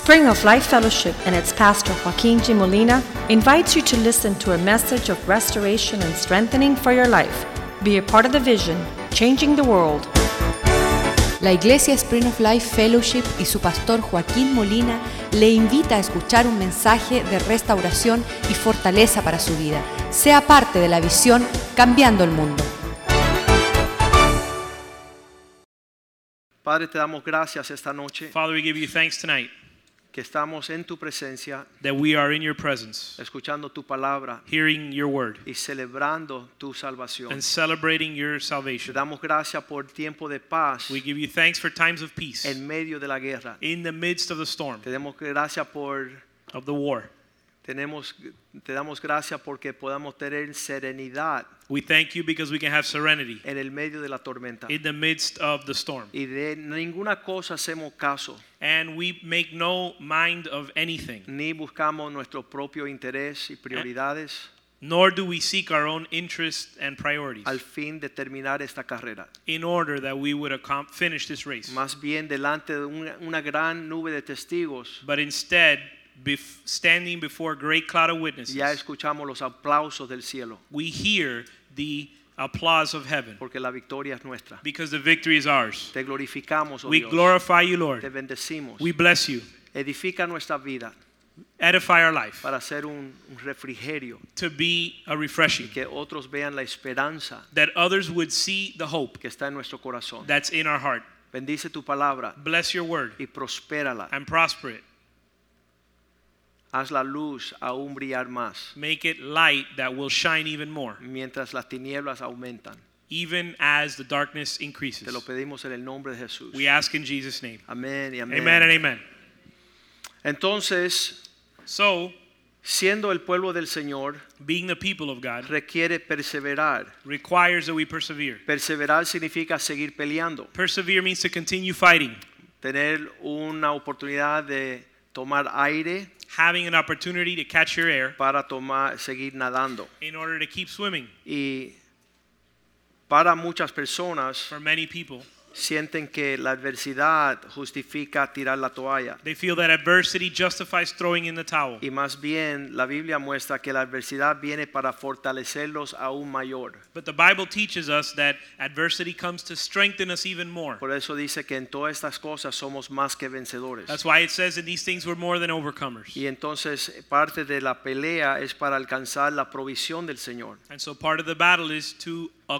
Spring of Life Fellowship and its pastor Joaquin G. Molina invites you to listen to a message of restoration and strengthening for your life. Be a part of the vision, changing the world. La Iglesia Spring of Life Fellowship y su pastor Joaquín Molina le invita a escuchar un mensaje de restauración y fortaleza para su vida. Sea parte de la visión Cambiando el Mundo. Padre, te damos gracias esta noche Father, we give you thanks tonight que estamos en tu presencia that we are in your presence, escuchando tu palabra hearing your word, y celebrando tu salvación. and celebrating your Te salvation. damos gracias por tiempo de paz We give you thanks for times of peace en medio de la guerra. in the midst of the storm, Te damos gracias por of the war. tenemos te damos gracias porque podamos tener serenidad We thank you because we can have serenity en el medio de la tormenta. in the midst of the storm. Y de ninguna cosa hacemos caso, And we make no mind of anything, ni buscamos nuestro propio interés y prioridades nor do we seek our own interests and priorities al fin de terminar esta carrera. in order that we would accom- finish this race. Más bien delante de una, una gran nube de testigos, But instead, bef- standing before a great cloud of witnesses, ya escuchamos los aplausos del cielo, we hear the applause of heaven porque la victoria es nuestra. because the victory is ours. Te glorificamos, oh We Dios. glorify te you, Lord. bendecimos. We bless you. Edifica nuestra vida Edify our life para ser un, un refrigerio, to be a refreshing, que otros vean la esperanza that others would see the hope que está en nuestro corazón. that's in our heart. Bendice tu palabra Bless your word y prospérala. and prosper it. Haz la luz aún brillar más Make it light that will shine even more, mientras las tinieblas aumentan. even as the darkness Te increases. lo pedimos en el nombre de Jesús. We ask in Jesus' name. Amén y amén. Amen and amen. Entonces, So, siendo el pueblo del Señor, being the people of God requiere perseverar. requires that we persevere. Perseverar significa seguir peleando, Persevere means to continue fighting, tener una oportunidad de tomar aire having an opportunity to catch your air para tomar, seguir nadando. in order to keep swimming. Y para muchas personas For many people, sienten que la adversidad justifica tirar la toalla. They feel that adversity justifies throwing in the towel. Y más bien la Biblia muestra que la adversidad viene para fortalecerlos aún mayor. But the Bible teaches us that adversity comes to strengthen us even more. Por eso dice que en todas estas cosas somos más que vencedores. That's why it says in these things we're more than overcomers. Y entonces parte de la pelea es para alcanzar la provisión del Señor. And so part of the battle is to uh,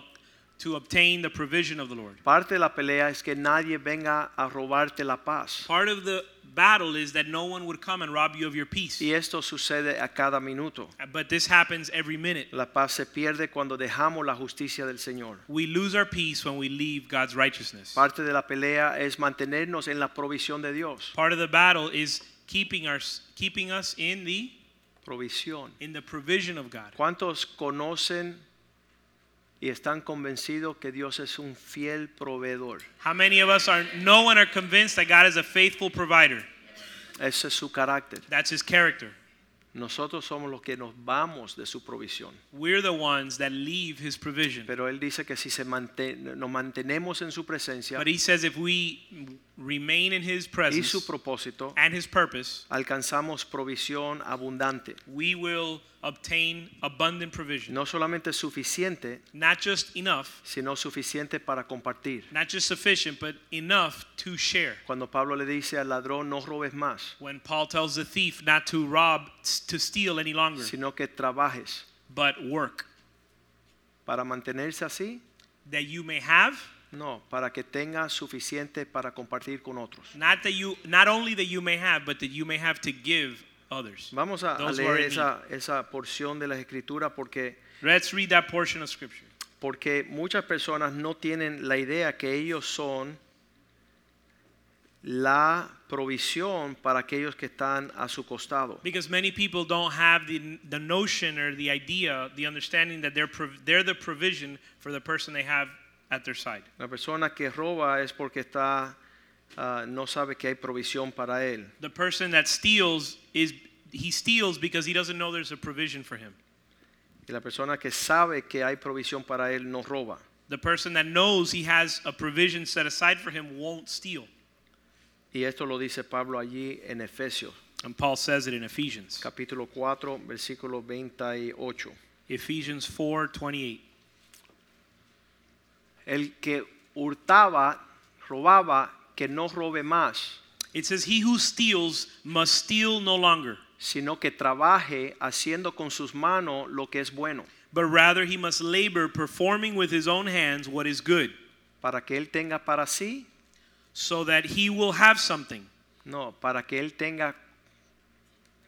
to obtain the provision of the Lord. Parte de la pelea es que nadie venga a robarte la paz. Part of the battle is that no one would come and rob you of your peace. Y esto sucede a cada minuto. But this happens every minute. La paz se pierde cuando dejamos la justicia del Señor. We lose our peace when we leave God's righteousness. Parte de la pelea es mantenernos en la provisión de Dios. Part of the battle is keeping our keeping us in the Provisión. in the provision of God. ¿Cuántos conocen y están convencidos que Dios es un fiel proveedor? How many of us are, no one are convinced that God is a faithful provider? Ese es su carácter. That's his character. Nosotros somos los que nos vamos de su provisión. We're the ones that leave his provision. Pero Él dice que si se mante- nos mantenemos en su presencia But he says if we remain in his y presence su propósito, and his purpose, alcanzamos provisión abundante. we will obtain abundant provision. No solamente suficiente, Not just enough, sino suficiente para compartir. not just sufficient, but enough to share. Cuando Pablo le dice al ladrón, no robes más, When Paul tells the thief not to rob, s- to steal any longer, sino que trabajes. but work, Para mantenerse así, that you may have, no, para que tengas suficiente para compartir con otros. not that you, not only that you may have, but that you may have to give others. Vamos a, a Those who are leer in need. esa, esa porción de la escritura porque, Let's read that portion of scripture. porque muchas personas no tienen la idea que ellos son la provisión para aquellos que están a su costado. Because many people don't have the, the notion or the idea, the understanding that they're, prov- they're the provision for the person they have at their side. La persona que roba es porque está, ah, no sabe que hay provisión para él. The person that steals is he steals because he doesn't know there's a provision for him. Y la persona que sabe que hay provisión para él no roba. The person that knows he has a provision set aside for him won't steal. Y esto lo dice Pablo allí en Efesios, And Paul says it in Ephesians. capítulo 4, versículo 28. Ephesians 4 28. El que hurtaba, robaba, que no robe más, It says, He who steals must steal no longer, sino que trabaje haciendo con sus manos lo que es bueno, but rather he must labor, performing with his own hands what is good, para que él tenga para sí, so that he will have something. no, para que él tenga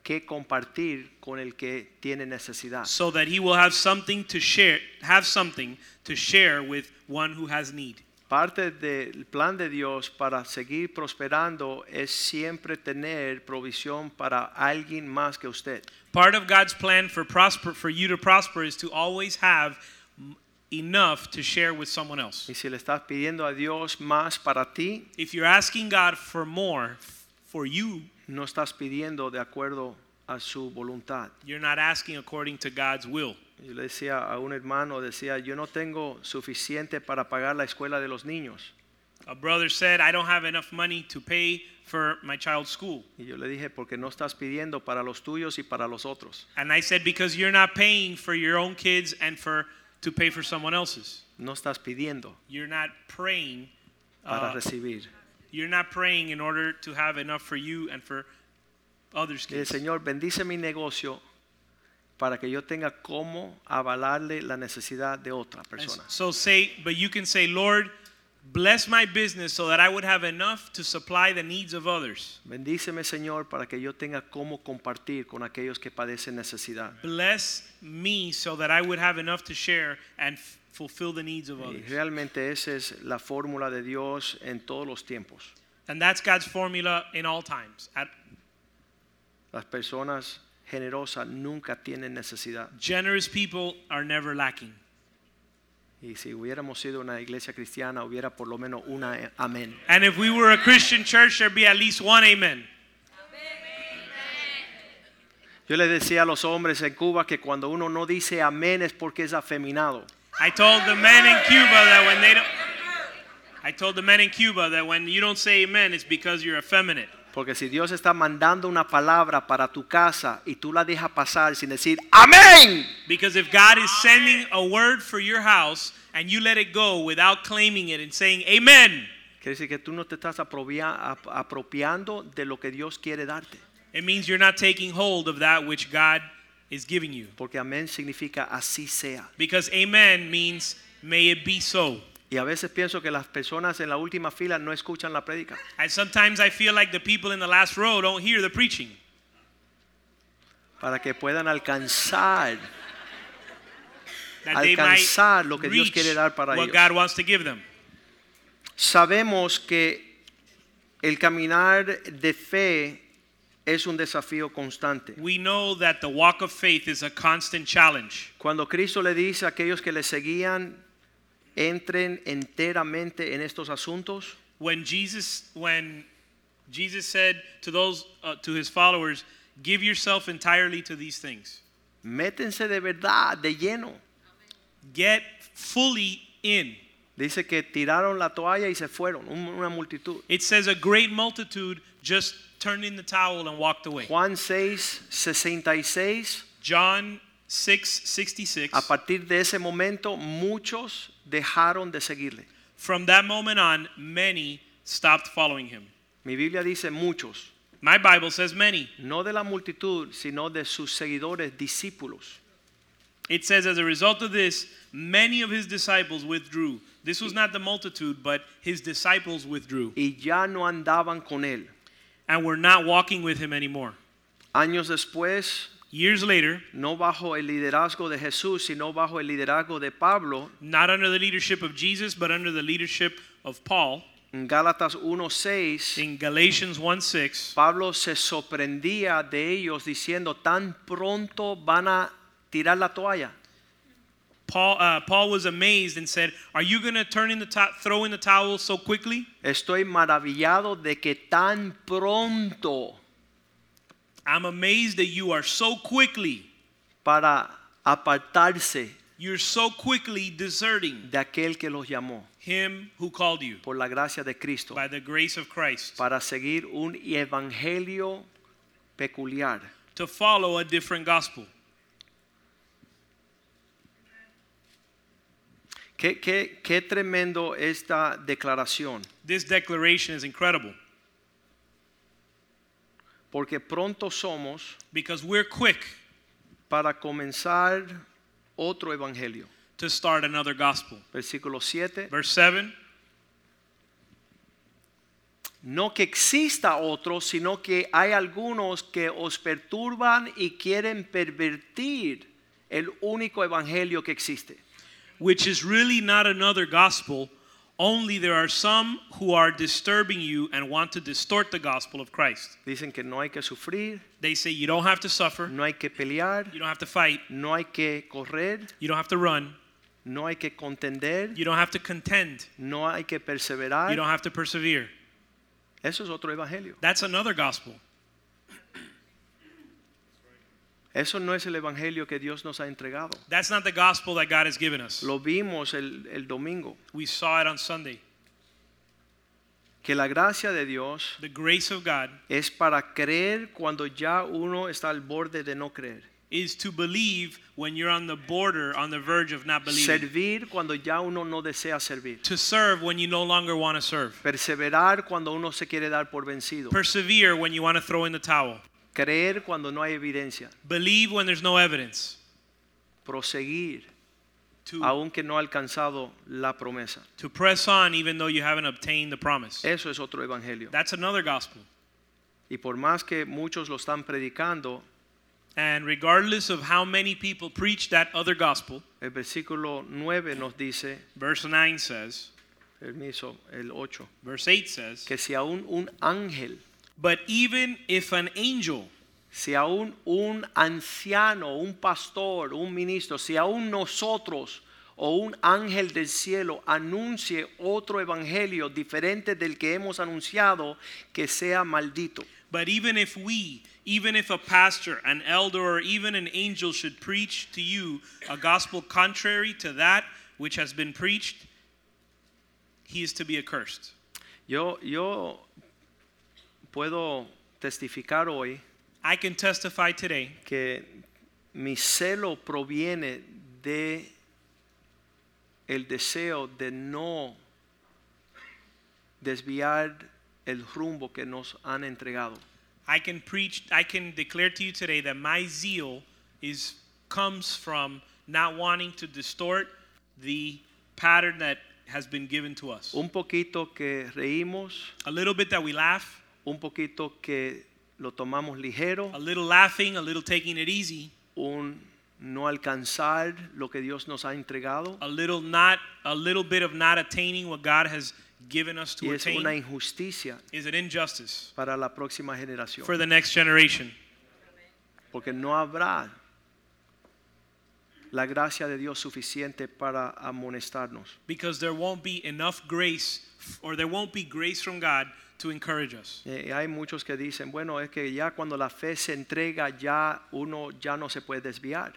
que compartir con el que tiene necesidad. So that he will have something to share, have something to share with one who has need. Parte del plan de Dios para seguir prosperando es siempre tener provisión para alguien más que usted. Part of God's plan for prosper for you to prosper is to always have m- enough to share with someone else. Y si le estás pidiendo a Dios más para ti, If you're asking God for more f- for you, no estás pidiendo de acuerdo a su voluntad. you're not asking according to God's will. Yo le decía a un hermano, decía, yo no tengo suficiente para pagar la escuela de los niños. A brother said, I don't have enough money to pay for my child's school. Y yo le dije, porque no estás pidiendo para los tuyos y para los otros. And I said, because you're not paying for your own kids and for to pay for someone else's. No estás pidiendo You're not praying para uh, recibir. You're not praying in order to have enough for you and for others' El kids. Señor, bendice mi negocio para que yo tenga cómo avalarle la necesidad de otra And persona. So say, but you can say, Lord, bless my business so that I would have enough to supply the needs of others. Bendíceme, Señor, para que yo tenga cómo compartir con aquellos que padecen necesidad. Bless me so that I would have enough to share and f- fulfill the needs of Y others. realmente esa es la fórmula de Dios en todos los tiempos. And that's God's formula in all times. At- Las personas generosas nunca tienen necesidad. Generous people are never lacking. Y si hubiéramos sido una iglesia cristiana, hubiera por lo menos una eh, amén. And if we were a Christian church, there'd be at least one amen. Yo le decía a los hombres en Cuba que cuando uno no dice amén es porque es afeminado. I told the men in Cuba that when they don't I told the men in Cuba that when you don't say amen it's because you're effeminate. Porque si Dios está mandando una palabra para tu casa y tú la dejas pasar sin decir amén, Because if God is sending a word for your house and you let it go without claiming it and saying amen, quiere decir que tú no te estás apropia- ap- apropiando de lo que Dios quiere darte. it means you're not taking hold of that which God is giving you. Porque amén significa así sea. Because amen means may it be so. Y a veces pienso que las personas en la última fila no escuchan la prédica. And sometimes I feel like the people in the last row don't hear the preaching Para que puedan alcanzar. that they might Alcanzar lo que Dios reach quiere dar para what ellos. God wants to give them. Sabemos que el caminar de fe es un desafío constante. We know that the walk of faith is a constant challenge. Cuando Cristo le dice a aquellos que le seguían, entren enteramente en estos asuntos, When Jesus when Jesus said to those uh, to his followers, "Give yourself entirely to these things. métense de verdad, de lleno. Get fully in." Dice que tiraron la toalla y se fueron, un- una multitud. It says a great multitude just turned in the towel and walked away. Juan 6, 66, John 6:66. a partir de ese momento muchos dejaron de seguirle. From that moment on, many stopped following him. Mi Biblia dice muchos, My Bible says many. no de la multitud, sino de sus seguidores, discípulos. It says, as a result of this, many of his disciples withdrew. This was not the multitude, but his disciples withdrew Y ya no andaban con él. and were not walking with him anymore. Años después, Years later, no bajo el liderazgo de Jesús, sino bajo el liderazgo de Pablo, not under the leadership of Jesus, but under the leadership of Paul, en Gálatas 1:6, in Galatians 1 6, Pablo se sorprendía de ellos diciendo, tan pronto van a tirar la toalla. Paul, uh, Paul was amazed and said, Are you going to turn in the to- throw in the towel so quickly? Estoy maravillado de que tan pronto I'm amazed that you are so quickly, para apartarse you're so quickly deserting de aquel que los llamó. Him who called you por la gracia de Cristo by the grace of Christ para seguir un evangelio peculiar. to follow a different gospel. Qué, qué- qué tremendo esta declaración, This declaration is incredible porque pronto somos because we're quick para comenzar otro evangelio. to start another gospel. Versículo 7. Verse 7 No que exista otro, sino que hay algunos que os perturban y quieren pervertir el único evangelio que existe. which is really not another gospel, only there are some who are disturbing you and want to distort the gospel of Christ. Dicen que no hay que sufrir, They say you don't have to suffer, no hay que pelear, you don't have to fight, no hay que correr, you don't have to run, no hay que contender, you don't have to contend, no hay que you don't perseverar. have to persevere. Eso es otro evangelio. That's another gospel. Eso no es el evangelio que Dios nos ha entregado. That's not the gospel that God has given us. Lo vimos el, el domingo, We saw it on Sunday. que la gracia de Dios The grace of God es para creer cuando ya uno está al borde de no creer. is to believe when you're on the border, on the verge of not believing. Servir cuando ya uno no desea servir. To serve when you no longer want to serve. Perseverar cuando uno se quiere dar por vencido. Persevere when you want to throw in the towel. Creer cuando no hay evidencia. Believe when there's no evidence. Proseguir To, aunque no ha alcanzado la promesa. to press on even though you haven't obtained the promise. Eso es otro evangelio. That's another gospel. Y por más que muchos lo están predicando, And regardless of how many people preach that other gospel, el versículo 9 nos dice, verse 9 says, permiso, el 8, verse 8 says, que si aún un ángel, but even if an angel, si aún un anciano, un pastor, un ministro, si aún nosotros o un ángel del cielo anuncie otro evangelio diferente del que hemos anunciado, que sea maldito. But even if we, even if a pastor, an elder, or even an angel should preach to you a gospel contrary to that which has been preached, he is to be accursed. Yo, yo puedo testificar hoy I can testify today que mi celo proviene de el deseo de no desviar el rumbo que nos han entregado. I can preach, I can declare to you today that my zeal is comes from not wanting to distort the pattern that has been given to us. Un poquito que reímos, A little bit that we laugh, un poquito que lo tomamos ligero, a little laughing, a little taking it easy, un no alcanzar lo que Dios nos ha entregado a little not a little bit of not attaining what God has given us y to es una attain injusticia is an injustice para la próxima generación, for the next generation porque no habrá la gracia de Dios suficiente para amonestarnos. because there won't be enough grace f- or there won't be grace from God to encourage us. Eh, hay muchos que dicen, bueno, es que ya cuando la fe se entrega, ya uno ya no se puede desviar,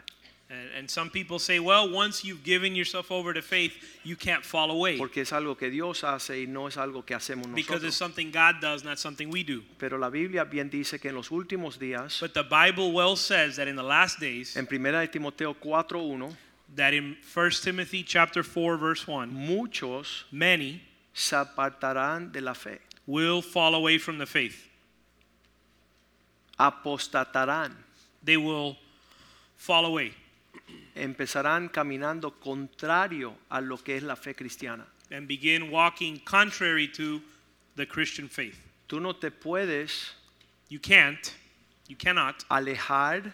And, and some people say, well, once you've given yourself over to faith, you can't fall away porque es algo que Dios hace y no es algo que hacemos because nosotros. it's something God does, not something Pues- we do. Pero la Biblia bien dice que en los últimos días, But the Bible well says that in the last days, en 1 de Timoteo 4:1, that in 1 Timothy chapter 4 verse 1, muchos many se apartarán de la fe, will fall away from the faith. apostatarán, they will fall away empezarán caminando contrario a lo que es la fe cristiana. and begin walking contrary to the Christian faith. Tú no te puedes You can't, you cannot alejar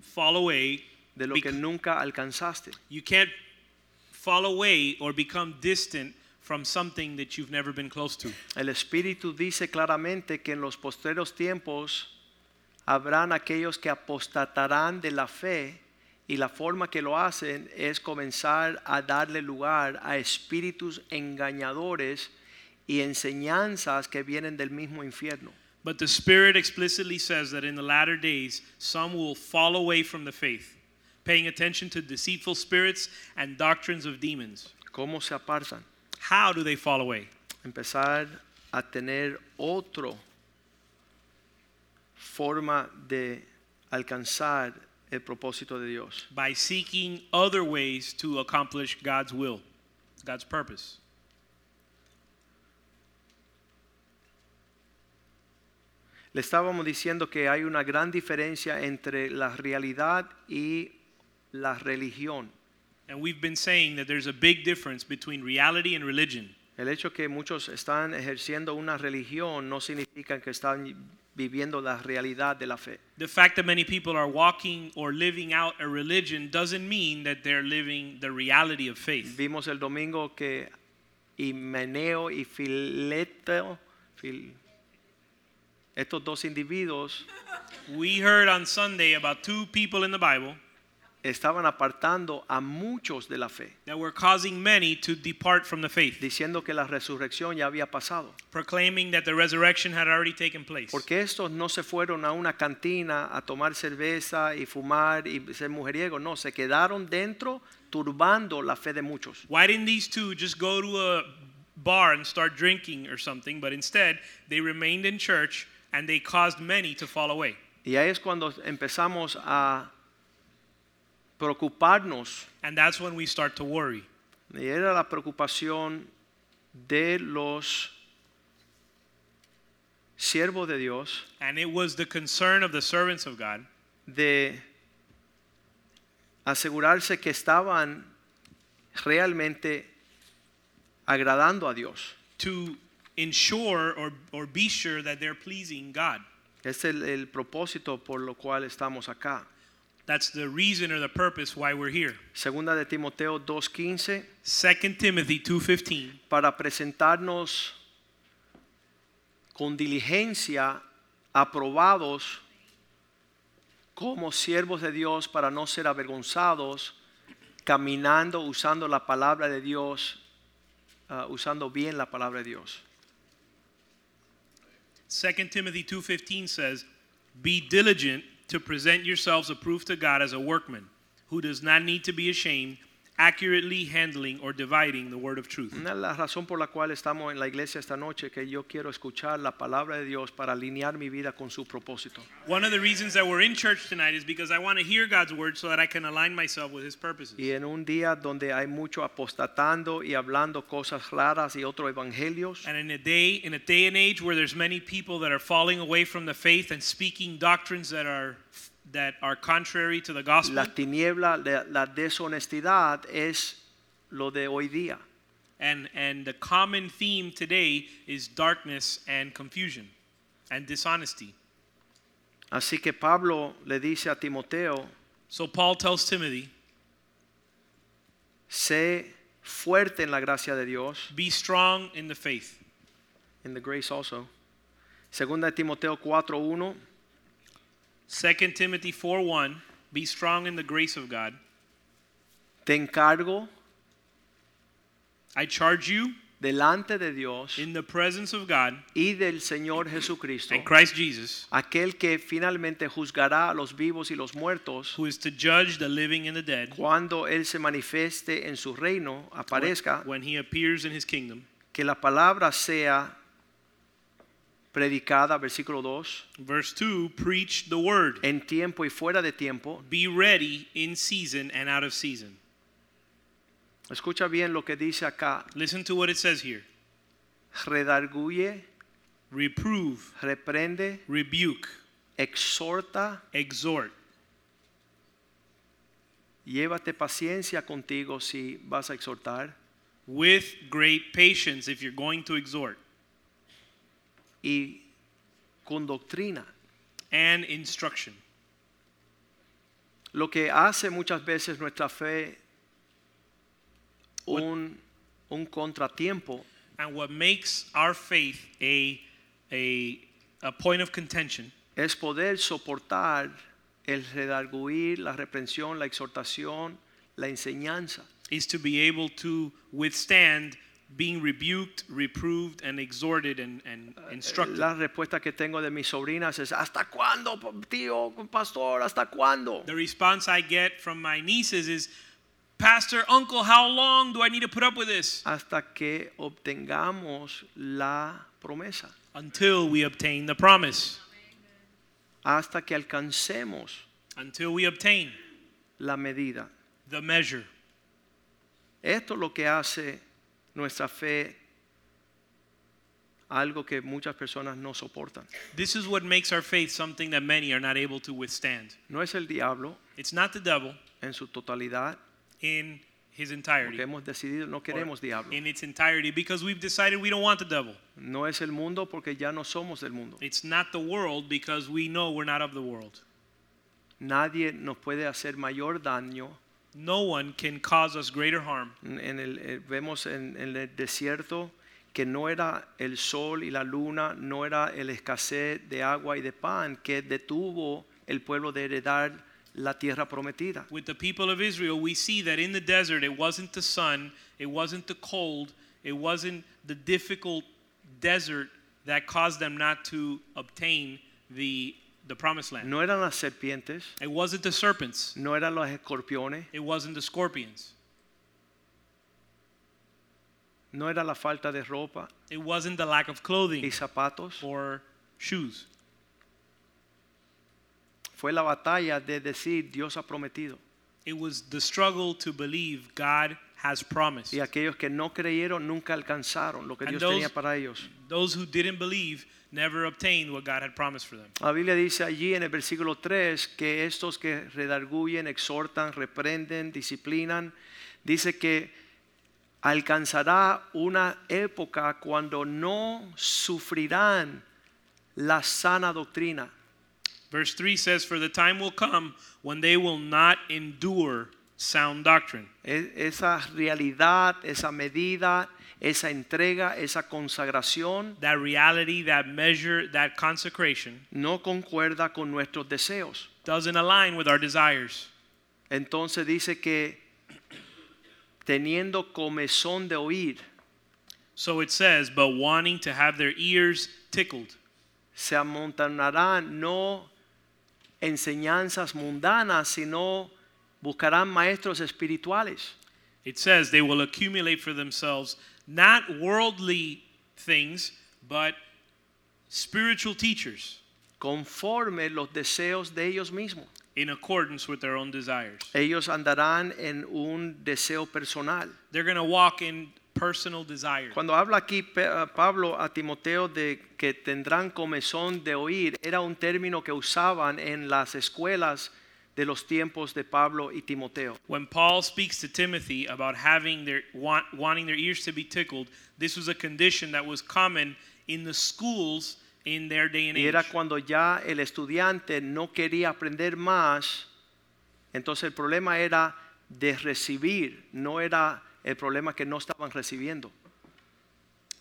fall away. de lo bec- que nunca alcanzaste. you can't fall away or become distant from something that you've never been close to. El Espíritu dice claramente que en los posteros tiempos habrán aquellos que apostatarán de la fe y la forma que lo hacen es comenzar a darle lugar a espíritus engañadores y enseñanzas que vienen del mismo infierno. But the Spirit explicitly says that in the latter days, some will fall away from the faith, paying attention to deceitful spirits and doctrines of demons. ¿Cómo se apartan? How do they fall away? Empezar a tener otra forma de alcanzar el propósito de Dios. By seeking other ways to accomplish God's will, God's purpose. Le estábamos diciendo que hay una gran diferencia entre la realidad y la religión. And we've been saying that there's a big difference between reality and religion. El hecho que muchos están ejerciendo una religión no significa que están viviendo la realidad de la fe. The fact that many people are walking or living out a religion doesn't mean that they're living the reality of faith. Vimos el domingo que Himeneo y Fileto, Fil- estos dos individuos We heard on Sunday about two people in the Bible estaban apartando a muchos de la fe, that were causing many to depart from the faith, diciendo que la resurrección ya había pasado. proclaiming that the resurrection had already taken place. Porque estos no se fueron a una cantina a tomar cerveza y fumar y ser mujeriego, no, se quedaron dentro turbando la fe de muchos. Why didn't these two just go to a bar and start drinking or something? But instead, they remained in church and they caused many to fall away. Y ahí es cuando empezamos a preocuparnos, And that's when we start to worry. y era la preocupación de los siervos de Dios, And it was the concern of the servants of God de asegurarse que estaban realmente agradando a Dios. to ensure or, or be sure that they're pleasing God. Este es el, el propósito por lo cual estamos acá. That's the reason or the purpose why we're here. Segunda de Timoteo 2.15, 2 Timothy 2:15 para presentarnos con diligencia, aprobados como siervos de Dios para no ser avergonzados, caminando usando la palabra de Dios, ah, usando bien la palabra de Dios. 2 Timothy 2:15 says, "Be diligent to present yourselves approved to God as a workman who does not need to be ashamed, accurately handling or dividing the word of truth." Una de las razones por la cual estamos en la iglesia esta noche, que yo quiero escuchar la palabra de Dios para alinear mi vida con su propósito. One of the reasons that we're in church tonight is because I want to hear God's word so that I can align myself with his purposes. Y en un día donde hay mucho apostatando y hablando cosas raras y otros evangelios, And in a day in a day and age where there's many people that are falling away from the faith and speaking doctrines that are that are contrary to the gospel las tinieblas, la, la deshonestidad es lo de hoy día. and and the common theme today is darkness and confusion and dishonesty. Así que Pablo le dice a Timoteo, So Paul tells Timothy, sé fuerte en la gracia de Dios, be strong in the faith. in the grace also. Segunda de Timoteo 4:1, 2 Timothy 4:1, be strong in the grace of God. te encargo I charge you delante de Dios in the presence of God y del Señor Jesucristo, and Christ Jesus, aquel que finalmente juzgará a los vivos y los muertos. who is to judge the living and the dead cuando Él se manifieste en su reino, when, aparezca, when he appears in his kingdom. que la palabra sea predicada, versículo 2, Verse 2, preach the word. en tiempo y fuera de tiempo. Be ready in season and out of season. Escucha bien lo que dice acá, Listen to what it says here. redarguye, Reprove, reprende, rebuke, exhorta, exhort. llévate paciencia contigo si vas a exhortar, with great patience if you're going to exhort y con doctrina. and instruction. Lo que hace muchas veces nuestra fe un, un contratiempo And what makes our faith a, a, a point of contention es poder soportar el redarguir, la reprensión, la exhortación, la enseñanza. is to be able to withstand being rebuked, reproved, and exhorted and, and instructed. La respuesta que tengo de mis sobrinas es, ¿hasta cuándo, tío, pastor? ¿Hasta cuándo? the response I get from my nieces is, Pastor, uncle, how long do I need to put up with this? hasta que obtengamos la promesa, Until we obtain the promise. hasta que alcancemos Until we obtain la medida. the measure. Esto es lo que hace nuestra fe algo que muchas personas no soportan. This is what makes our faith something that many are not able to withstand. No es el diablo It's not the devil en su totalidad, in his porque entirety. hemos decidido no or queremos diablo. In its entirety because we've decided we don't want the devil. No es el mundo porque ya no somos del mundo. It's not the world because we know we're not of the world. Nadie nos puede hacer mayor daño. No one can cause us greater harm. En el, eh, vemos en, en el desierto que no era el sol y la luna, no era el escasez de agua y de pan que detuvo el pueblo de heredar la tierra prometida. With the people of Israel, we see that in the desert, it wasn't the sun, it wasn't the cold, it wasn't the difficult desert that caused them not to obtain the, the promised land. No eran las serpientes, It wasn't the serpents, no eran los escorpiones, it wasn't the scorpions, no era la falta de ropa it wasn't the lack of y clothing zapatos. or shoes. Fue la batalla de decir Dios ha prometido. It was the struggle to believe God has promised. Y aquellos que no creyeron nunca alcanzaron lo que And Dios those- tenía para ellos. Those who didn't believe never obtained what God had promised for them. La Biblia dice allí en el versículo 3 que estos que redarguyen, exhortan, reprenden, disciplinan, dice que alcanzará una época cuando no sufrirán la sana doctrina, Verse 3 says, For the time will come when they will not endure sound doctrine. E- esa realidad, esa medida, esa entrega, esa consagración That reality, that measure, that consecration no concuerda con nuestros deseos. doesn't align with our desires. Entonces dice que teniendo comezón de oír, So it says, But wanting to have their ears tickled, se amontonarán no enseñanzas mundanas, sino buscarán maestros espirituales. it says, they will accumulate for themselves not worldly things, but spiritual teachers conforme los deseos de ellos mismos. in accordance with their own desires. Ellos andarán en un deseo personal. They're going to walk in personal desire. Cuando habla aquí Pe- uh, Pablo a Timoteo de que tendrán comezón de oír, era un término que usaban en las escuelas de los tiempos de Pablo y Timoteo. When Paul speaks to Timothy about having their want, wanting their ears to be tickled, this was a condition that was common in the schools in their day and Y age. era cuando ya el estudiante no quería aprender más. Entonces el problema era de recibir, no era el problema que no estaban recibiendo.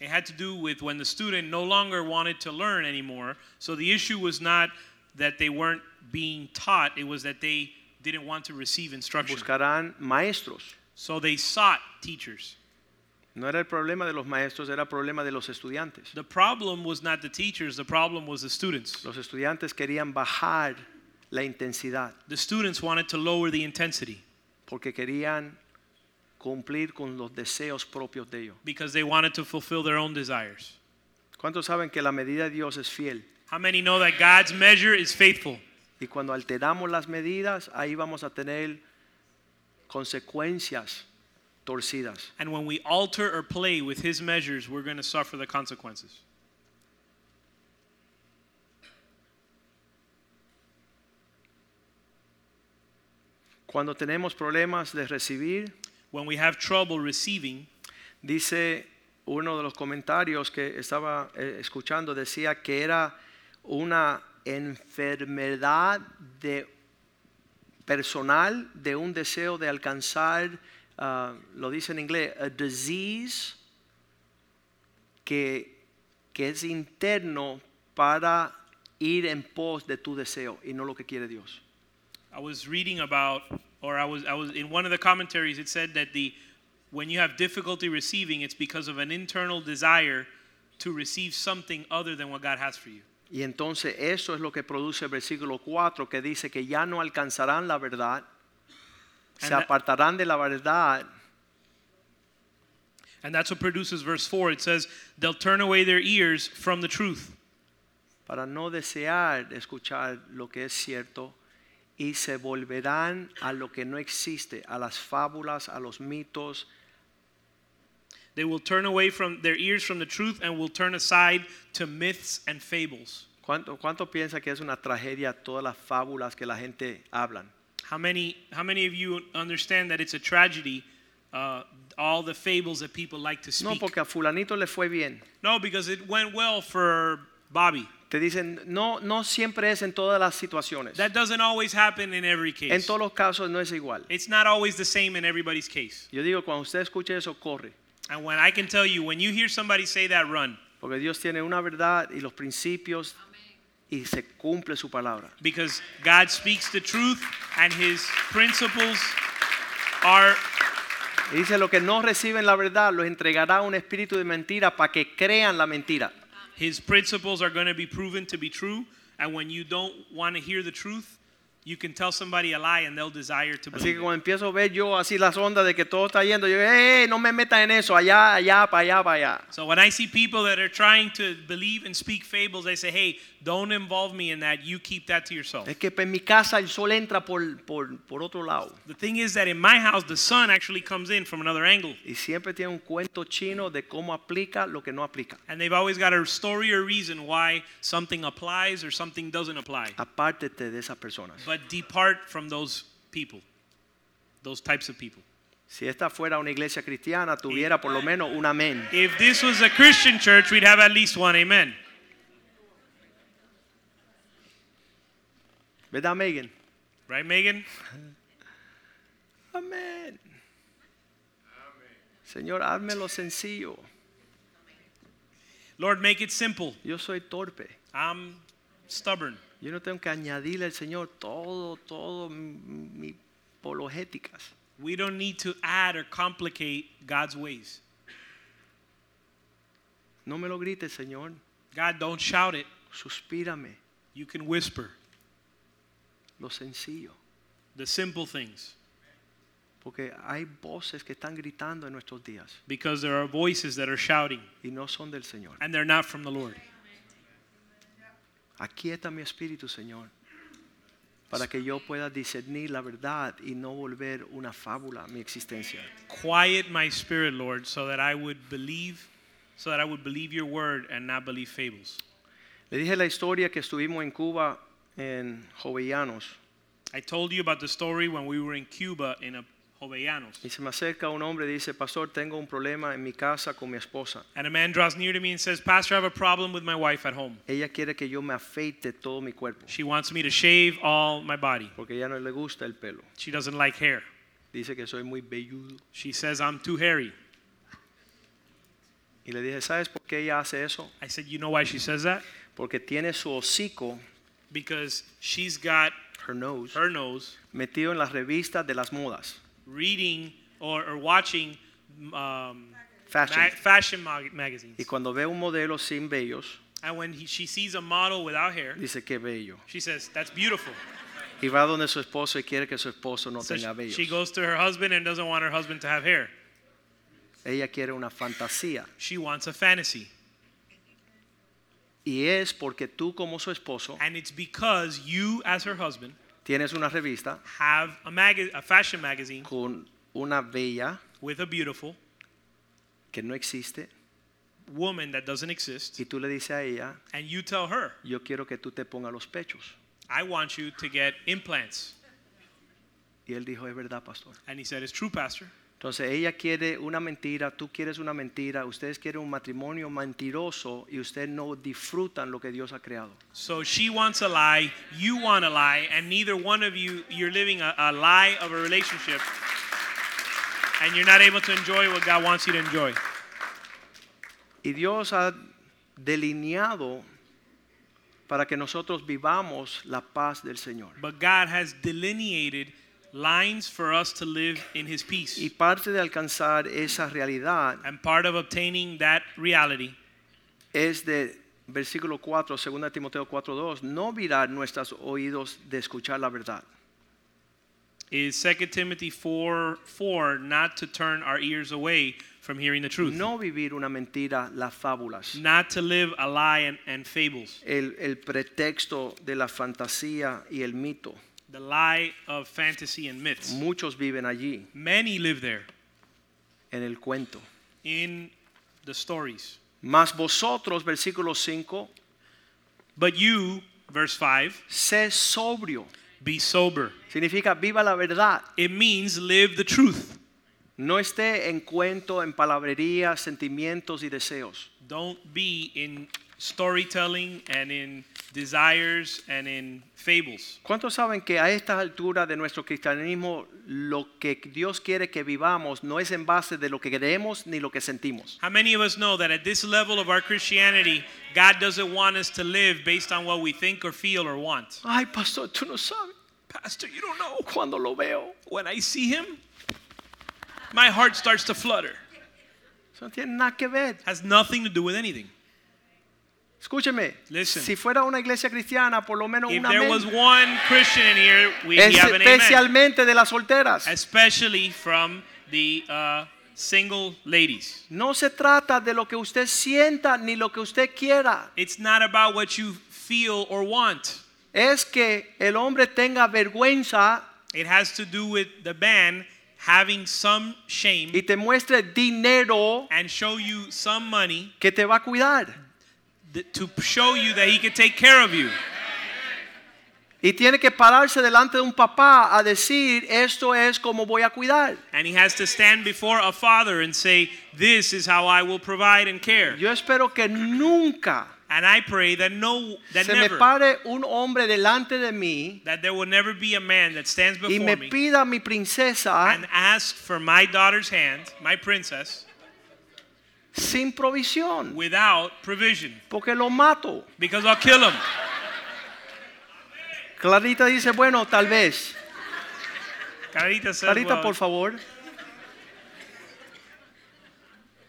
It had to do with when the student no longer wanted to learn anymore. So the issue was not that they weren't being taught; it was that they didn't want to receive instruction. Buscarán maestros. So they sought teachers. No era el problema de los maestros, era el problema de los estudiantes. The problem was not the teachers; the problem was the students. Los estudiantes querían bajar la intensidad The students wanted to lower the intensity. porque querían cumplir con los deseos propios de ellos. because they wanted to fulfill their own desires. ¿Cuántos saben que la medida de Dios es fiel? How many know that God's measure is faithful? Y cuando alteramos las medidas, ahí vamos a tener consecuencias torcidas. And when we alter or play with his measures, we're going to suffer the consequences. Cuando tenemos problemas de recibir, When we have trouble receiving, dice uno de los comentarios que estaba eh, escuchando, decía que era una enfermedad de personal de un deseo de alcanzar, ah, lo dice en inglés, a disease que, que es interno para ir en pos de tu deseo y no lo que quiere Dios. I was reading about, or I was, I was in one of the commentaries, it said that the when you have difficulty receiving, it's because of an internal desire to receive something other than what God has for you. Y entonces eso es lo que produce el versículo 4 que dice que ya no alcanzarán la verdad se And that- apartarán de la verdad And that's what produces verse 4. It says, They'll turn away their ears from the truth para no desear escuchar lo que es cierto y se volverán a lo que no existe, a las fábulas, a los mitos, They will turn away from their ears from the truth and will turn aside to myths and fables. ¿Cuánto, ¿Cuánto piensa que es una tragedia todas las fábulas que la gente hablan? How many, how many of you understand that it's a tragedy, uh, all the fables that people like to No, speak? porque a fulanito le fue bien. No, because it went well for Bobby. Te dicen, no, no siempre es en todas las situaciones. That doesn't always happen in every case. En todos los casos no es igual. It's not always the same in everybody's case. Yo digo, cuando usted escuche eso, corre. And when I can tell you, when you hear somebody say that, run. Porque Dios tiene una verdad y los principios y se cumple su palabra. Because God speaks the truth and his principles are Y dice, lo que no reciben la verdad los entregará un espíritu de mentira para que crean la mentira. His principles are going to be proven to be true. And when you don't want to hear the truth, you can tell somebody a lie and they'll desire to Así que believe. it. cuando empiezo a ver yo así las ondas de que todo está yendo, yo, "Eh, eh, no me metas en eso, allá, allá, para allá, para allá. So when I see people that are trying to believe and speak fables, I say, hey, don't involve me in that. You keep that to yourself. Es que en mi casa el sol entra por, por, por otro lado. The thing is that in my house, the sun actually comes in from another angle. Y siempre tiene un cuento chino de cómo aplica lo que no aplica. And they've always got a story or reason why something applies or something doesn't apply. Apártete de esas personas. But depart from those people, those types of people. Si esta fuera una iglesia cristiana, tuviera por lo menos un amén. If this was a Christian church, we'd have at least one amen. ¿Verdad, Megan? Right, Megan? Amén. Señor, házmelo sencillo. Lord, make it simple. Yo soy torpe. I'm stubborn. Yo no tengo que añadirle al Señor todo, todo mis apologéticas. We don't need to add or complicate God's ways. No me lo grites, Señor. God, don't shout it. Suspírame You can whisper lo sencillo. the simple things Porque hay voces que están gritando en nuestros días because there are voices that are shouting y no son del Señor. and they're not from the Lord. Aquieta mi espíritu, Señor, para que yo pueda discernir la verdad y no volver una fábula mi existencia. Quiet my spirit, Lord, so that I would believe so that I would believe your word and not believe fables. Le dije la historia que estuvimos en Cuba en Jovellanos I told you about the story when we were in Cuba in a Jovellanos. y se me acerca un hombre y dice, pastor, tengo un problema en mi casa con mi esposa. And a man draws near to me and says, "Pastor, I have a problem with my wife at home. Ella quiere que yo me afeite todo mi cuerpo She wants me to shave all my body. porque ella no le gusta el pelo. She doesn't like hair. Dice que soy muy velludo. She says I'm too hairy. Y le dije, ¿sabes por qué ella hace eso? I said, you know why she says that? Porque tiene su hocico, Because she's got her nose, her nose metido en las revistas de las modas. reading or, or watching um, Fashion. ma- fashion mag- magazines. Y cuando ve un modelo sin vellos, And when he, she sees a model without hair, dice que bello. she says, that's beautiful. Y va donde su esposo y quiere que su esposo no So tenga she, vellos. she goes to her husband and doesn't want her husband to have hair. Ella quiere una fantasía. She wants a fantasy. Y es porque tú como su esposo And it's because you, as her husband, tienes una revista have a, maga- a fashion magazine con una bella with a beautiful que no existe woman that doesn't exist. y tú le dices a ella, And you tell her, yo quiero que tú te pongas los pechos. I want you to get implants. Y él dijo, es verdad, pastor. And he said, It's true, Pastor. Entonces ella quiere una mentira, tú quieres una mentira, ustedes quieren un matrimonio mentiroso y ustedes no disfrutan lo que Dios ha creado. So she wants a lie, you want a lie, and neither one of you, you're living a, a lie of a relationship, and you're not able to enjoy what God wants you to enjoy. Y Dios ha delineado para que nosotros vivamos la paz del Señor. But God has delineated lines for us to live in His Y peace. parte de alcanzar esa realidad And part of obtaining that reality es de versículo 4, 2 de Timoteo 4:2, no virar nuestros oídos de escuchar la verdad. is 2 Timothy 4 4 not to turn our ears away from hearing the truth, No vivir una mentira, las fábulas, not to live a lie and, and fables, el, el pretexto de la fantasía y el mito. the lie of fantasy and myths. Muchos viven allí, Many live there en el cuento. in the stories. Mas vosotros, versículo 5, But you, verse 5, sé sobrio. be sober. Significa viva la verdad. It means live the truth. No esté en cuento, en palabrería, sentimientos y deseos. Don't be in storytelling and in desires and in fables. ¿Cuántos saben que a estas alturas de nuestro cristianismo lo que Dios quiere que vivamos no es en base de lo que creemos ni lo que sentimos? How many of us know that at this level of our Christianity, God doesn't want us to live based on what we think or feel or want? Ay, pastor, tú no sabes Pastor, you don't know. cuando lo veo. When I see him, my heart starts to flutter. Eso no tiene nada que ver. Has nothing to do with anything. Escúcheme, Listen. si fuera una iglesia cristiana, por lo menos If una there was one Christian in here, we we have an amen. especialmente de las solteras. Especially from the uh, single ladies. No se trata de lo que usted sienta ni lo que usted quiera. It's not about what you feel or want. Es que el hombre tenga vergüenza It has to do with the man having some y shame te muestre dinero and show you some money que te va a cuidar. th- to show you that he can take care of you. Y tiene que pararse delante de un papá a decir, esto es como voy a cuidar. And he has to stand before a father and say, This is how I will provide and care. Yo espero que nunca And I pray that no, that se me never, pare un hombre delante de mí that there will never be a man that stands y before me me pida a mi princesa and asks for my daughter's hand, my princess, sin provisión, without provision. porque lo mato. Because I'll kill him. Clarita dice, bueno, tal vez. Carita said, Clarita, well, por favor.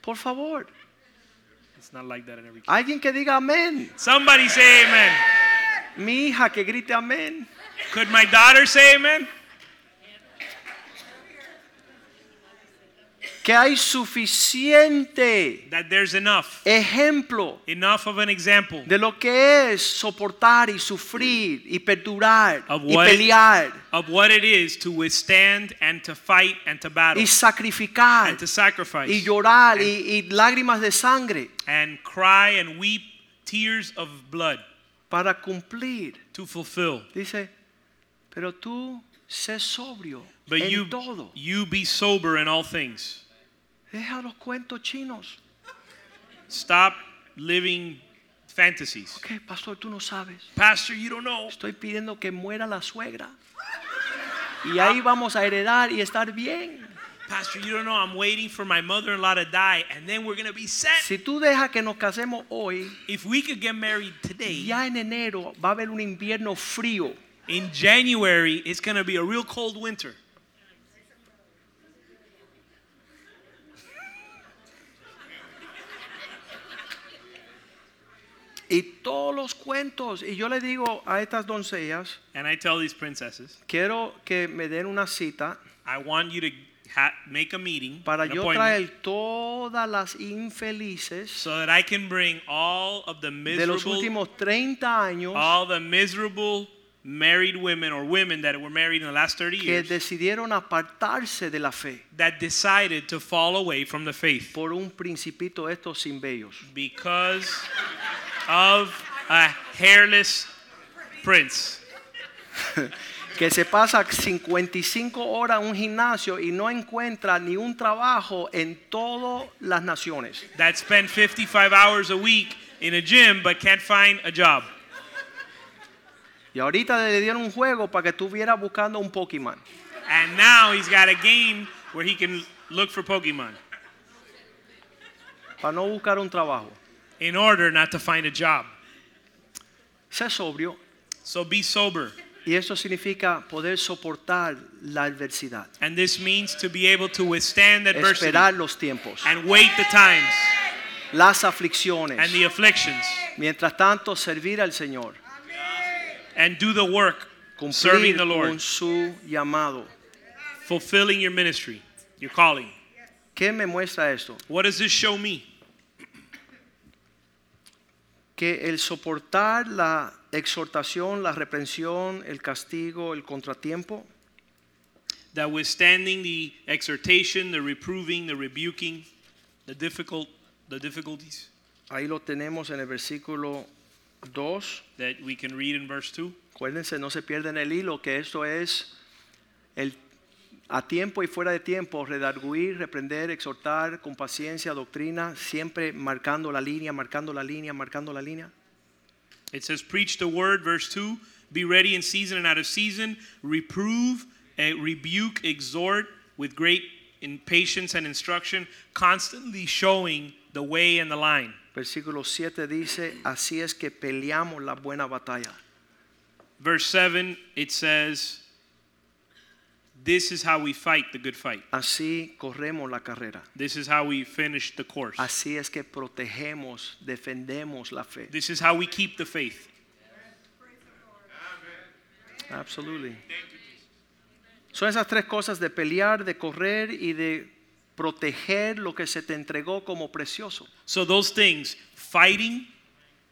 Por favor. It's not like that in every case. Alguien que diga amén. Somebody say amen. Mi hija que grite amén. Could my daughter say amen? Que hay suficiente That there's enough. ejemplo Enough of an example de lo que es soportar y sufrir y perdurar Of y what- pelear of what it is to withstand and to fight and to battle y sacrificar and to sacrifice y llorar y, y lágrimas de sangre and cry and weep tears of blood para cumplir. to fulfill. Dice, pero tú sé sobrio But en you, todo. you be sober in all things. Deja los cuentos chinos. Stop living fantasies. ¿Qué, pastor? Tú no sabes. Pastor, you don't know. Estoy pidiendo que muera la suegra. Y ahí vamos a heredar y estar bien. Pastor, you don't know. I'm waiting for my mother-in-law to die, and then we're gonna be set. Si tú dejas que nos casemos hoy, If we could get married today, ya en enero va a haber un invierno frío. in January, it's going to be a real cold winter. Y todos los cuentos. Y yo le digo a estas doncellas, And I tell these princesses, quiero que me den una cita I want you to ha- make a meeting, para an yo appointment, traer todas las infelices so that I can bring all of the de los miserable, Ah, últimos 30 años all the miserable married women or women that were married in the last 30 que years decidieron apartarse de la fe that decided to fall away from the faith por un principito de estos sin bellos. because of a hairless prince. que se pasa 55 horas en un gimnasio y no encuentra ni un trabajo en todas las naciones. that spend 55 hours a week in a gym but can't find a job. Y ahorita le dieron un juego para que estuviera buscando un Pokémon. And now he's got a game where he can look for Pokemon para no buscar un trabajo. in order not to find a job. Sé sobrio So be sober. y eso significa poder soportar la adversidad, And this means to be able to withstand adversity esperar los tiempos, and wait the times las and aflicciones, the afflictions mientras tanto servir al Señor, and do the work cumplir serving the Lord con su llamado. fulfilling your ministry, your calling. ¿Qué me muestra esto? What does this show me? Que el soportar la exhortación, la reprensión, el castigo, el contratiempo, That withstanding the exhortation, the reproving, the rebuking, the difficult, the difficulties ahí lo tenemos en el versículo 2. that we can read in verse two. Acuérdense, no se pierden el hilo, que esto es el, a tiempo y fuera de tiempo, redarguir, reprender, exhortar con paciencia, doctrina, siempre marcando la línea, marcando la línea, marcando la línea. It says, Preach the word, verse 2. Be ready in season and out of season. Reprove, eh, rebuke, exhort with great in patience and instruction, constantly showing the way and the line. Versículo 7 dice, así es que peleamos la buena batalla. Verse 7, it says, This is how we fight the good fight. Así corremos la carrera. This is how we finish the course. Así es que protegemos, defendemos la fe. This is how we keep the faith. Absolutely. Son esas tres cosas de pelear, de correr y de proteger lo que se te entregó como precioso. So, those things fighting,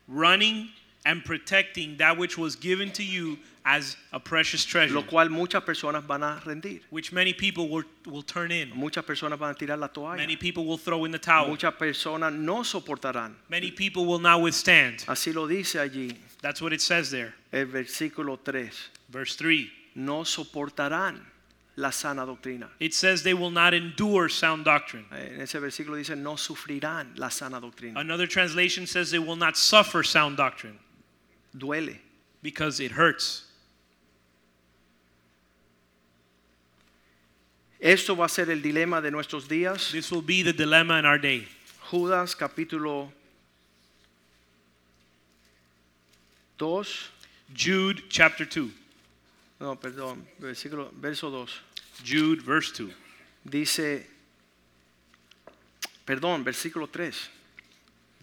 running, and protecting that which was given to you as a precious treasure. lo cual muchas personas van a rendir. which many people will, will turn in. Muchas personas van a tirar la toalla. Many people will throw in the towel. Muchas personas no soportarán. Many people will not withstand. Así lo dice allí That's what it says there. el versículo 3. Verse 3. No soportarán la sana doctrina. It says they will not endure sound doctrine. En ese versículo dice no sufrirán la sana doctrina. Another translation says they will not suffer sound doctrine Duele. because it hurts. Esto va a ser el dilema de nuestros días. This will be the dilemma in our day. Judas capítulo 2. Jude chapter 2. No, perdón, versículo, verso 2. Jude verse 2. Dice, perdón, versículo 3.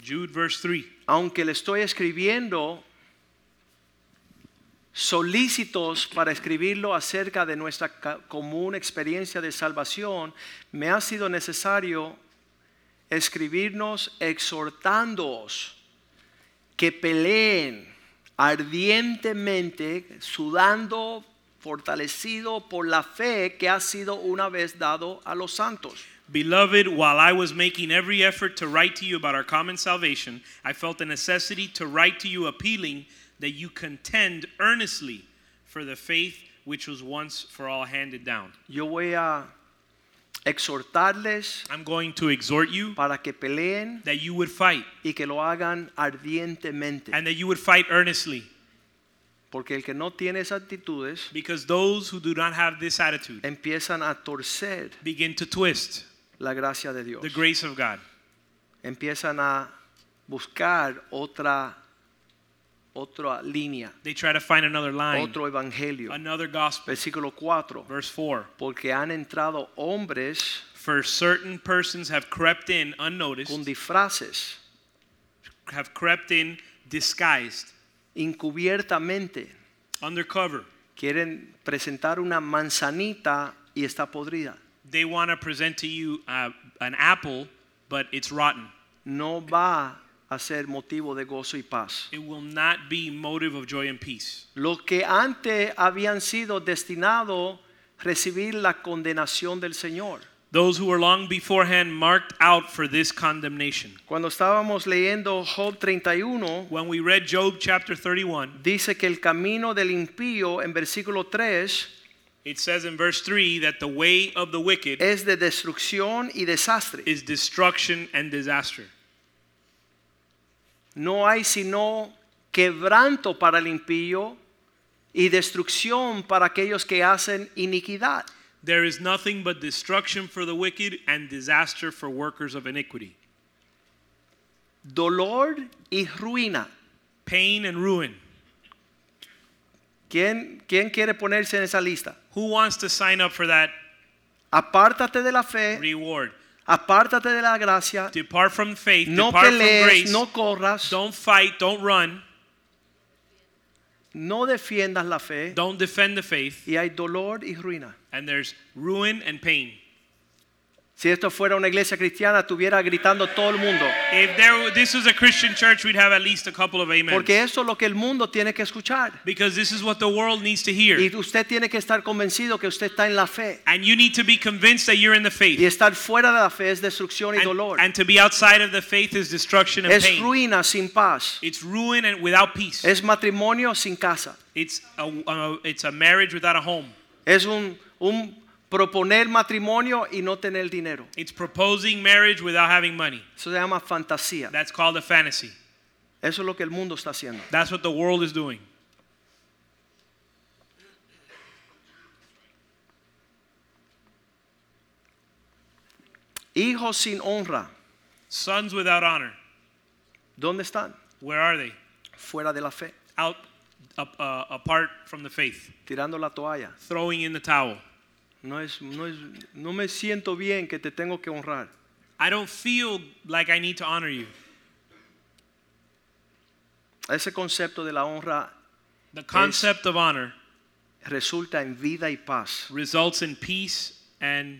Jude verse 3. aunque le estoy escribiendo solícitos para escribirlo acerca de nuestra ca- común experiencia de salvación, me ha sido necesario escribirnos exhortándoos que peleen ardientemente, sudando, fortalecido por la fe que ha sido una vez dado a los santos. Beloved, while I was making every effort to write to you about our common salvation, I felt the necessity to write to you appealing that you contend earnestly for the faith which was once for all handed down. Yo voy a exhortarles I'm going to exhort you para que peleen that you would fight y que lo hagan ardientemente. and that you would fight earnestly Porque el que no tiene esas actitudes because those who do not have this attitude empiezan a torcer begin to twist la gracia de Dios. the grace of God. Empiezan a buscar otra otra línea, They try to find another line, otro evangelio. another gospel. Versículo 4. Verse 4 Porque han entrado hombres For certain persons have crept in unnoticed. con disfraces, have crept in disguised, encubiertamente. undercover. Quieren presentar una manzanita y está podrida. They want to present to you uh, an apple, but it's rotten. No va a ser motivo de gozo y paz. It will not be motive of joy and peace. los que antes habían sido destinados a recibir la condenación del Señor. Those who were long beforehand marked out for this condemnation. Cuando estábamos leyendo Job 31, When we read Job chapter 31, dice que el camino del impío en versículo 3 it says in verse 3 that the way of the wicked es de destrucción y desastre. is destruction and disaster. No hay sino quebranto para el impío y destrucción para aquellos que hacen iniquidad. There is nothing but destruction for the wicked and disaster for workers of iniquity. Dolor y ruina. Pain and ruin. ¿Quién, quién quiere ponerse en esa lista? Who wants to sign up for that Apártate de la fe, reward. apártate de la gracia, Depart from faith, no depart from pelees, grace. no corras, Don't fight, don't run. No defiendas la fe Don't defend the faith, y hay dolor y ruina. and there's ruin and pain. Si esto fuera una iglesia cristiana, estuviera gritando todo el mundo. If there, were- this was a Christian church, we'd have at least a couple of amens. Porque eso es lo que el mundo tiene que escuchar. because this is what the world needs to hear. Y usted tiene que estar convencido que usted está en la fe. and you need to be convinced that you're in the faith. Y estar fuera de la fe es destrucción y and, dolor. and to be outside of the faith is destruction and Es pain. ruina sin paz. It's ruin and without peace. Es matrimonio sin casa. it's, a, a- it's a marriage without a home. Es un, un proponer matrimonio y no tener dinero. It's proposing marriage without having money. Eso se llama fantasía. That's called a fantasy. Eso es lo que el mundo está haciendo. That's what the world is doing. Hijos sin honra. Sons without honor. ¿Dónde están? Where are they? Fuera de la fe. Out, up, uh, apart from the faith. Tirando la toalla. Throwing in the towel. No, es, no, es, no me siento bien que te tengo que honrar. I don't feel like I need to honor you. Ese concepto de la honra The concept of honor resulta en vida y paz results in peace and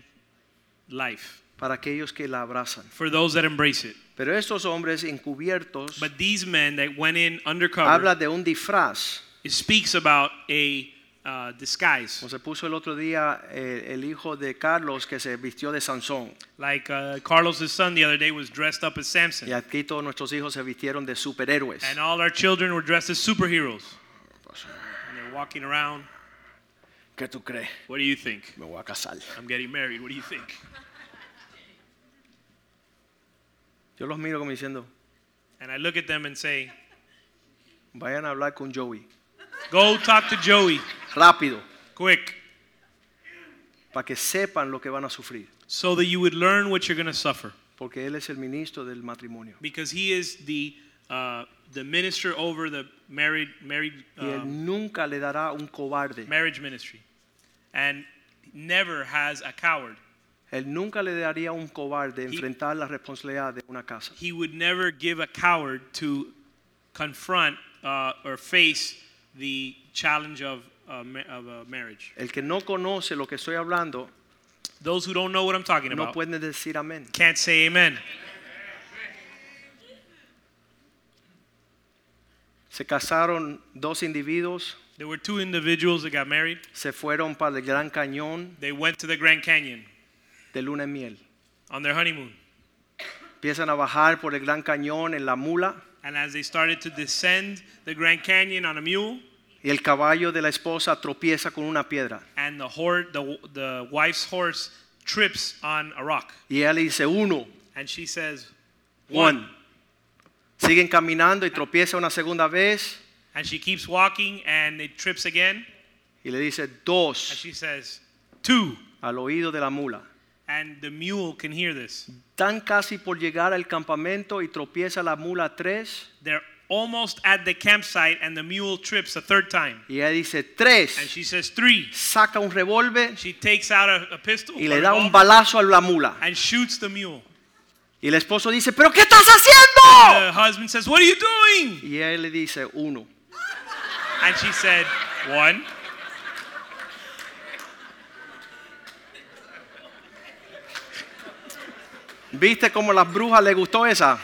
life para aquellos que la abrazan. for those that embrace it. Pero estos hombres encubiertos But these men that went in undercover, habla de un disfraz. it speaks about a uh, disguise, Como se puso el otro día eh, el hijo de Carlos que se vistió de Sansón. like uh, Carlos's son the other day was dressed up as Samson, Y aquí todos nuestros hijos se vistieron de superhéroes. and all our children were dressed as superheroes, and they're walking around. ¿Qué tú crees? What do you think? Me voy a casar. I'm getting married. What do you think? Yo los miro como diciendo, And I look at them and say, vayan a hablar con Joey. "Go talk to Joey, Rápido, quick, para que sepan lo que van a sufrir. so that you would learn what you're going to suffer." Porque él es el ministro del matrimonio. because he is the uh, the minister over the married married Y um, él nunca le dará un cobarde. marriage ministry, and never has a coward. Él nunca le daría a un cobarde enfrentar la responsabilidad de una casa. He would never give a coward to confront uh, or face the challenge of uh, ma- of a marriage. El que no conoce lo que estoy hablando Those who don't know what I'm talking no about puede decir amén. can't say amen. Se casaron dos individuos, There were two individuals that got married. se fueron para el Gran Cañón They went to the Grand Canyon de luna en miel. on their honeymoon, Empiezan a bajar por el Gran Cañón en la mula and as they started to descend the Grand Canyon on a mule, y el caballo de la esposa tropieza con una piedra. and the hor- the, the wife's horse trips on a rock Y ella le dice, uno, and she says Juan. Siguen caminando y tropieza una segunda vez and she keeps walking and it trips again y le dice, and dos, she says two al oído de la mula. and the mule can hear this Están casi por llegar al campamento y tropieza la mula tres they're almost at the campsite and the mule trips a third time y ella dice, and tres, she says three saca un revólver she takes out a, a pistol y a le da un revolver, balazo a la mula. and shoots the mule Y el esposo dice, pero ¿qué estás haciendo? the husband says what are you doing Y él le dice, uno. and she said one ¿Viste cómo las brujas le gustó esa?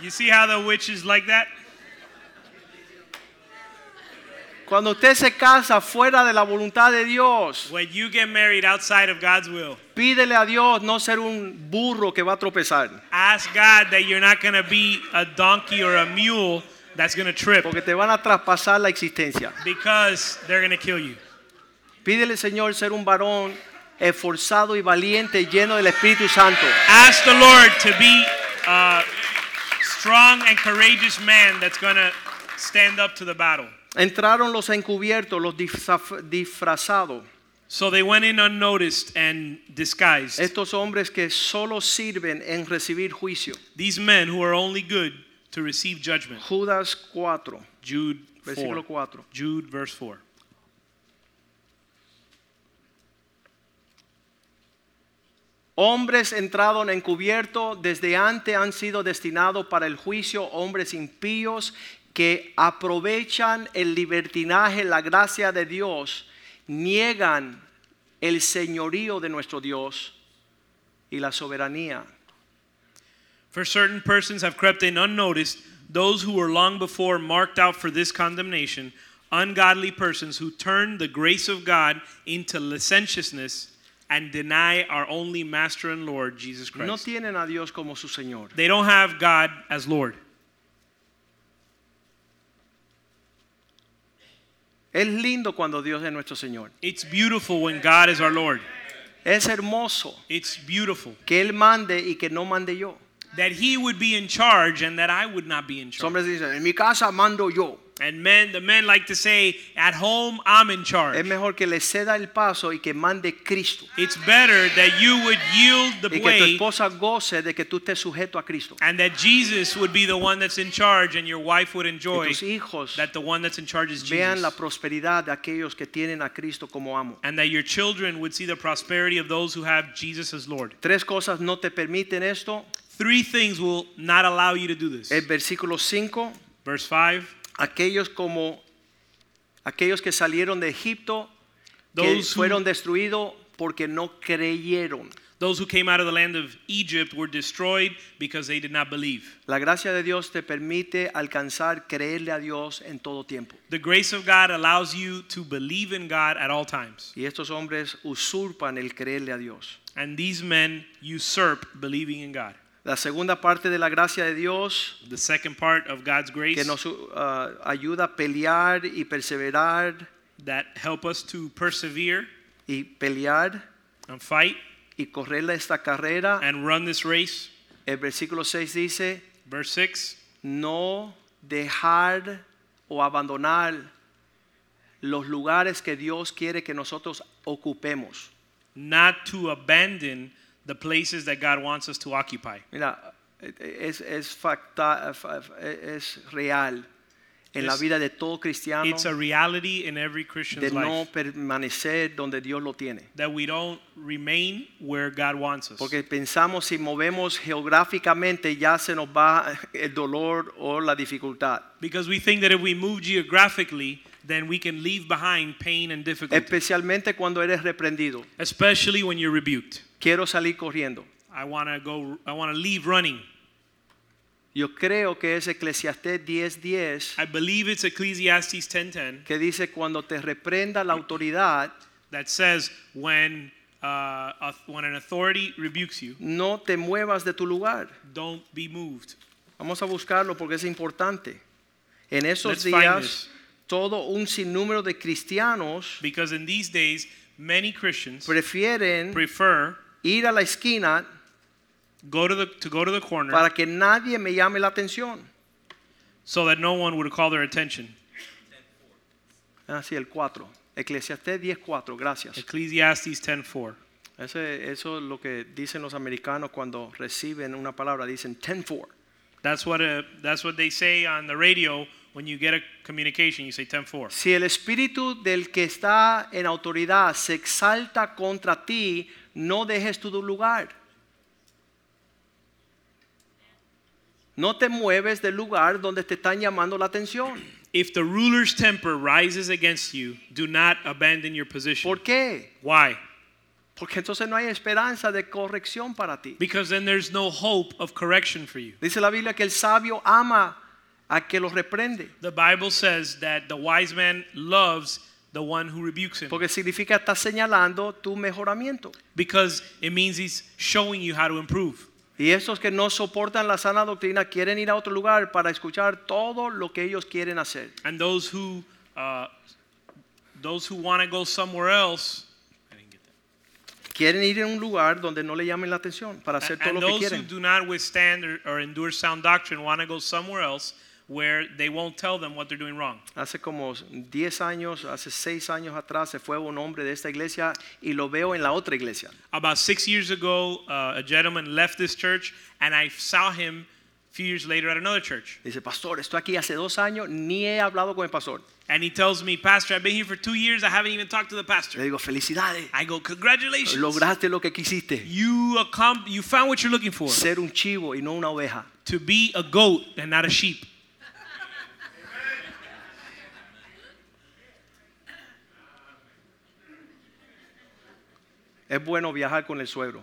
you see how the witch is like that Cuando usted se casa fuera de la voluntad de Dios, when you get married outside of god's will pídele a Dios no ser un burro que va a tropezar, Ask God that you're not going to be a donkey or a mule that's going to trip porque te van a traspasar la existencia. because they're going to kill you. Pídele, Señor, ser un varón esforzado y valiente, lleno del Espíritu Santo. Ask the Lord to be a strong and courageous man that's going to stand up to the battle. Entraron los encubiertos, los disaf- disfrazados, So they went in unnoticed and disguised. estos hombres que solo sirven en recibir juicio. These men who are only good to receive judgment. Judas 4, Jude 4. versículo 4. Jude verse 4. Hombres entrados en encubierto desde antes han sido destinados para el juicio, hombres impíos que aprovechan el libertinaje, la gracia de Dios, niegan el señorío de nuestro Dios y la soberanía. For certain persons have crept in unnoticed, those who were long before marked out for this condemnation, ungodly persons who turn the grace of God into licentiousness and deny our only Master and Lord, Jesus Christ. No tienen a Dios como su Señor. they don't have God as Lord. Es lindo cuando Dios es nuestro Señor. It's beautiful when God is our Lord. Es hermoso It's beautiful que Él mande y que no mande yo. that He would be in charge and that I would not be in Los charge. hombres dicen, en mi casa mando yo. And men, the men like to say, at home, I'm in Es charge. mejor que le ceda el paso y que mande Cristo. It's better that you would yield Y the que tu way esposa goce de que tú estés sujeto a Cristo. and that Jesus would be the one that's in charge and your wife would Que enjoy tus hijos that the one that's in charge is vean la Jesus. prosperidad de aquellos que tienen a Cristo como amo. And that your children would see the prosperity of those who have Jesus as Lord. Tres cosas no te permiten esto. Three things will not allow you to do this. El versículo 5, Verse 5. aquellos como aquellos que salieron de Egipto, que Those who- fueron destruidos porque no creyeron. Those who came out of the land of Egypt were destroyed because they did not believe. La gracia de Dios te permite alcanzar creerle a Dios en todo tiempo. The grace of God allows you to believe in God at all times. Y estos hombres usurpan el creerle a Dios. And these men usurp believing in God. La segunda parte de la gracia de Dios The second part of God's que grace nos uh, ayuda a pelear y perseverar that help us to persevere y pelear and fight y correr esta carrera. and run this race. El versículo 6 dice, Verse 6. no dejar o abandonar los lugares que Dios quiere que nosotros ocupemos. Not to abandon the places that God wants us to occupy. Mira, es, es, facta- fa- fa- es real en la Es- vida de todo cristiano It's a reality in every de Christian's no life permanecer donde Dios lo tiene. that we don't remain where God wants us. Porque pensamos si movemos geográficamente ya se nos va el dolor o la dificultad. Because we think that if we move geographically, then we can leave behind pain and difficulty, Especialmente cuando eres reprendido. especially when you're rebuked. Quiero salir corriendo. I want to go I want to leave running. Yo creo que es Eclesiastés 10:10 I believe it's Ecclesiastes 10:10 que dice cuando te reprenda la autoridad, that says when uh, auth- when an authority rebukes you, no te muevas de tu lugar. don't be moved. Vamos a buscarlo porque es importante. En esos Let's find días this. todo un sinnúmero de cristianos Because in these days, many Christians prefieren prefer ir a la esquina go to the to go to the corner para que nadie me llame la atención. so that no one would call their attention. Así Ah, el 4. Eclesiastés 10:4, gracias. Ecclesiastes 10:4. Ese- eso es lo que dicen los americanos cuando reciben una palabra, dicen 10-4. That's what uh that's what they say on the radio when you get a communication. You say 10-4. Si el espíritu del que está en autoridad se exalta contra ti, no dejes tu lugar. No te mueves del lugar donde te están llamando la atención. If the ruler's temper rises against you, do not abandon your position. ¿Por qué? Why? Porque entonces no hay esperanza de corrección para ti. Because then there's no hope of correction for you. Dice la Biblia que el sabio ama a que los reprende, The Bible says that the wise man loves the one who rebukes him porque significa está señalando tu mejoramiento. because it means he's showing you how to improve. Y esos que no soportan la sana doctrina quieren ir a otro lugar para escuchar todo lo que ellos quieren hacer. And those who uh, those who want to go somewhere else Quieren ir a un lugar donde no le llamen la atención para hacer And, todo lo que those who quieren. do not withstand or, or endure sound doctrine want to go somewhere else where they won't tell them what they're doing wrong. Hace como 10 años, hace 6 años atrás se fue un hombre de esta iglesia y lo veo en la otra iglesia. About six years ago, uh, a gentleman left this church, and I saw him a few years later at another church. Dice, pastor, estoy aquí hace dos años, ni he hablado con el pastor. And he tells me, Pastor, I've been here for two years. I haven't even talked to the Le pastor. digo, felicidades, I go, Congratulations. lograste lo que quisiste, You, accom- you found what you're looking for ser un chivo y no una oveja. to be a goat and not a sheep. Es bueno viajar con el suegro.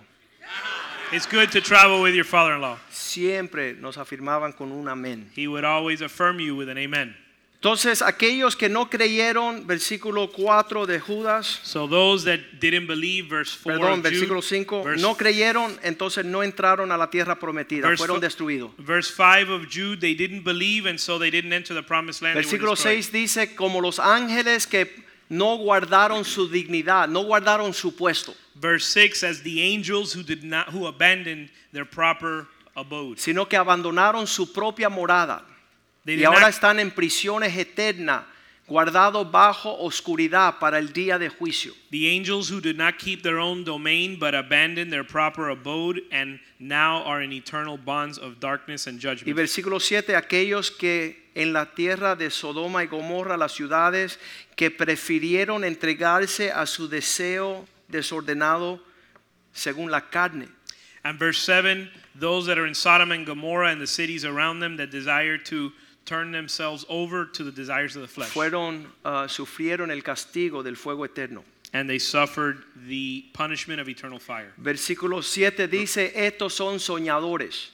It's good to travel with your father in law. Siempre nos afirmaban con un amén. He would always affirm you with an amen. Entonces, aquellos que no creyeron, versículo 4 de Judas, So those that didn't believe, verse 4, perdón, of Jude, versículo 5, verse, no creyeron, entonces no entraron a la tierra prometida, Verse fueron fi- destruidos. verse 5 of Jude, they didn't believe and so they didn't enter the promised land. They were Versículo destroyed. 6 dice, como los ángeles que no guardaron su dignidad, no guardaron su puesto, Verse 6 as the angels who did not who abandoned their proper abode. sino que abandonaron su propia morada. They y did ahora not- están en prisiones eternas, guardados bajo oscuridad para el día de juicio. the angels who did not keep their own domain but abandoned their proper abode and now are in eternal bonds of darkness and Y judgment. versículo 7, aquellos que en la tierra de Sodoma y Gomorra, las ciudades que prefirieron entregarse a su deseo desordenado según la carne. And verse 7 those that are in Sodom and Gomorrah and the cities around them that desire to turn themselves over to the desires of the flesh. Fueron, ah, sufrieron el castigo del fuego eterno. And they suffered the punishment of eternal fire. Versículo 7 dice, estos son soñadores.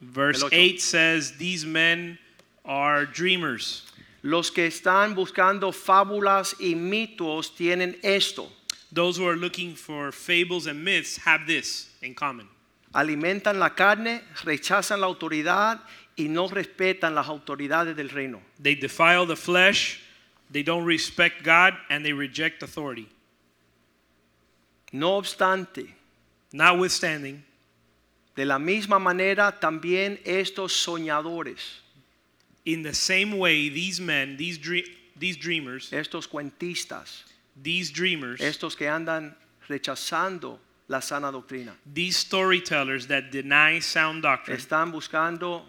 Verse El ocho. 8 says, These men are dreamers. Los que están buscando fábulas y mitos tienen esto. Those who are looking for fables and myths have this in common. Alimentan la carne, rechazan la autoridad y no respetan las autoridades del reino. They defile the flesh, they don't respect God, and they reject authority. No obstante, Notwithstanding, de la misma manera también estos soñadores, in the same way, these men, these, dream, these dreamers, estos cuentistas, these dreamers, estos que andan rechazando la sana doctrina, these storytellers that deny sound doctrine están buscando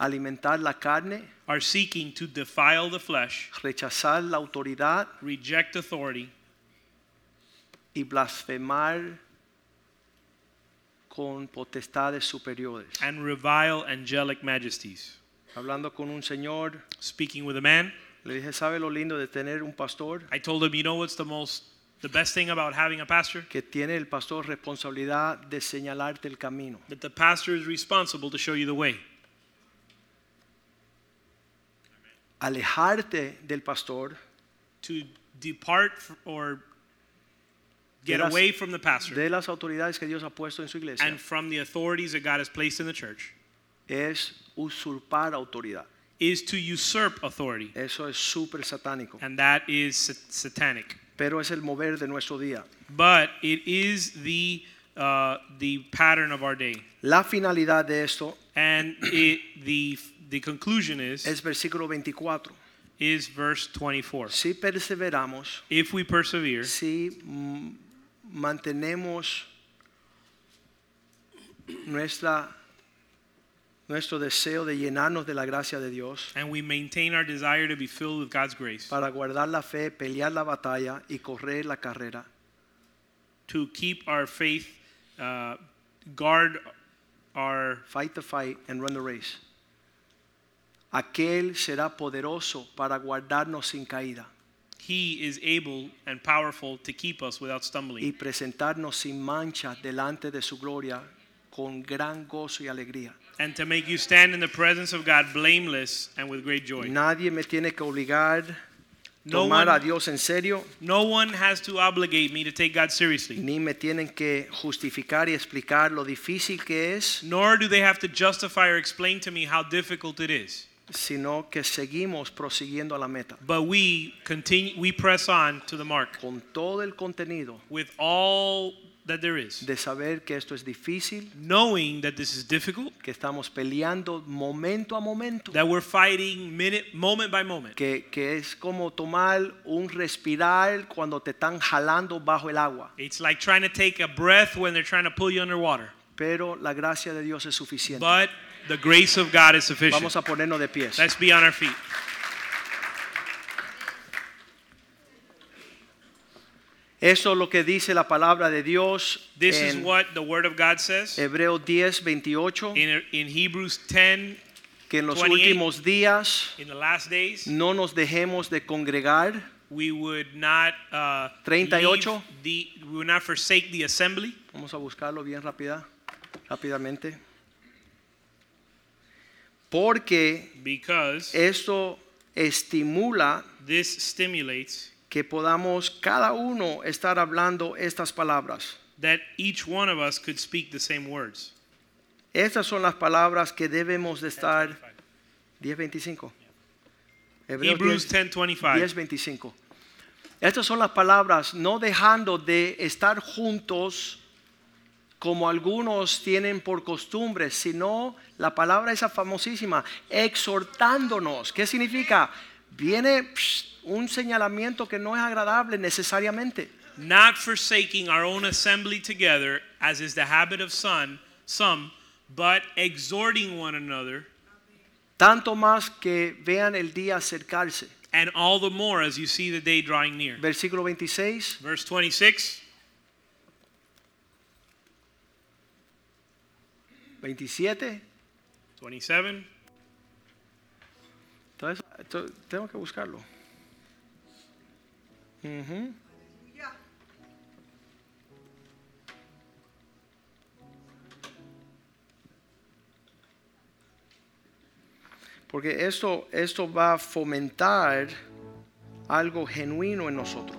alimentar la carne, are seeking to defile the flesh, rechazar la autoridad reject authority, y blasfemar con potestades superiores. and revile angelic majesties. Hablando con un señor, Speaking with a man, le dije, ¿sabe lo lindo de tener un pastor? I told him, you know what's the most, the best thing about having a pastor? Que tiene el pastor responsabilidad de señalarte el camino. That the pastor is responsible to show you the way. Alejarte del pastor To depart f- or get Verás- away from the pastor de las autoridades que Dios ha puesto en su iglesia and from the authorities that God has placed in the church es usurpar autoridad. is to usurp authority. Eso es súper satánico, And that is sa- satanic. pero es el mover de nuestro día. But it is the, uh, the pattern of our day. La finalidad de esto And it, the, the conclusion is, es versículo 24. is verse 24. Si perseveramos, If we persevere, si mm, mantenemos nuestra, nuestro deseo de llenarnos de la gracia de Dios and we maintain our desire to be filled with God's grace, para guardar la fe, pelear la batalla y correr la carrera, to keep our faith, uh, guard our fight the fight and run the race. Aquel será poderoso para guardarnos sin caída He is able and powerful to keep us without y stumbling presentarnos sin mancha delante de su gloria con gran gozo y alegría. and to make you stand in the presence of God blameless and with great joy. Nadie me tiene que obligar a No tomar a one, Dios en serio. no one has to obligate me to take God seriously, ni me tienen que justificar y explicar lo difícil que es, nor do they have to justify or explain to me how difficult it is. sino que seguimos prosiguiendo a la meta But we continue we press on to the mark con todo el contenido with all that there is, de saber que esto es difícil, knowing that this is difficult, que estamos peleando momento a momento, that we're fighting minute moment by moment. que, que es como tomar un respirar cuando te están jalando bajo el agua, It's like trying to take a breath when they're trying to pull you underwater. pero la gracia de Dios es suficiente. But the grace of God is sufficient. Vamos a ponernos de pies. Let's be on our feet. Eso es lo que dice la palabra de Dios This is en what the Word of God says Hebreos 10, 28, in, in Hebrews 10, que en los 28. últimos días in the last days. no nos dejemos de congregar, we would not uh, 38. leave the, we would not forsake the assembly. Vamos a buscarlo bien rápida, rápidamente. Porque Eh. because esto estimula this stimulates que podamos cada uno estar hablando estas palabras. that each one of us could speak the same words. Estas son las palabras que debemos de estar 10:25. Hebreos Hebrews 10, 10:25. 10:25. Estas son las palabras, no dejando de estar juntos como algunos tienen por costumbre, sino la palabra esa famosísima, exhortándonos. ¿Qué significa? Viene psh, un señalamiento que no es agradable necesariamente. Not forsaking our own assembly together, as is the habit of some, some, but exhorting one another, Tanto más que vean el día acercarse. and all the more as you see the day drawing near. Versículo 26. Verse 26, 27. 27. Entonces, to- tengo que buscarlo. Ujú. Porque esto, esto va a fomentar algo genuino en nosotros.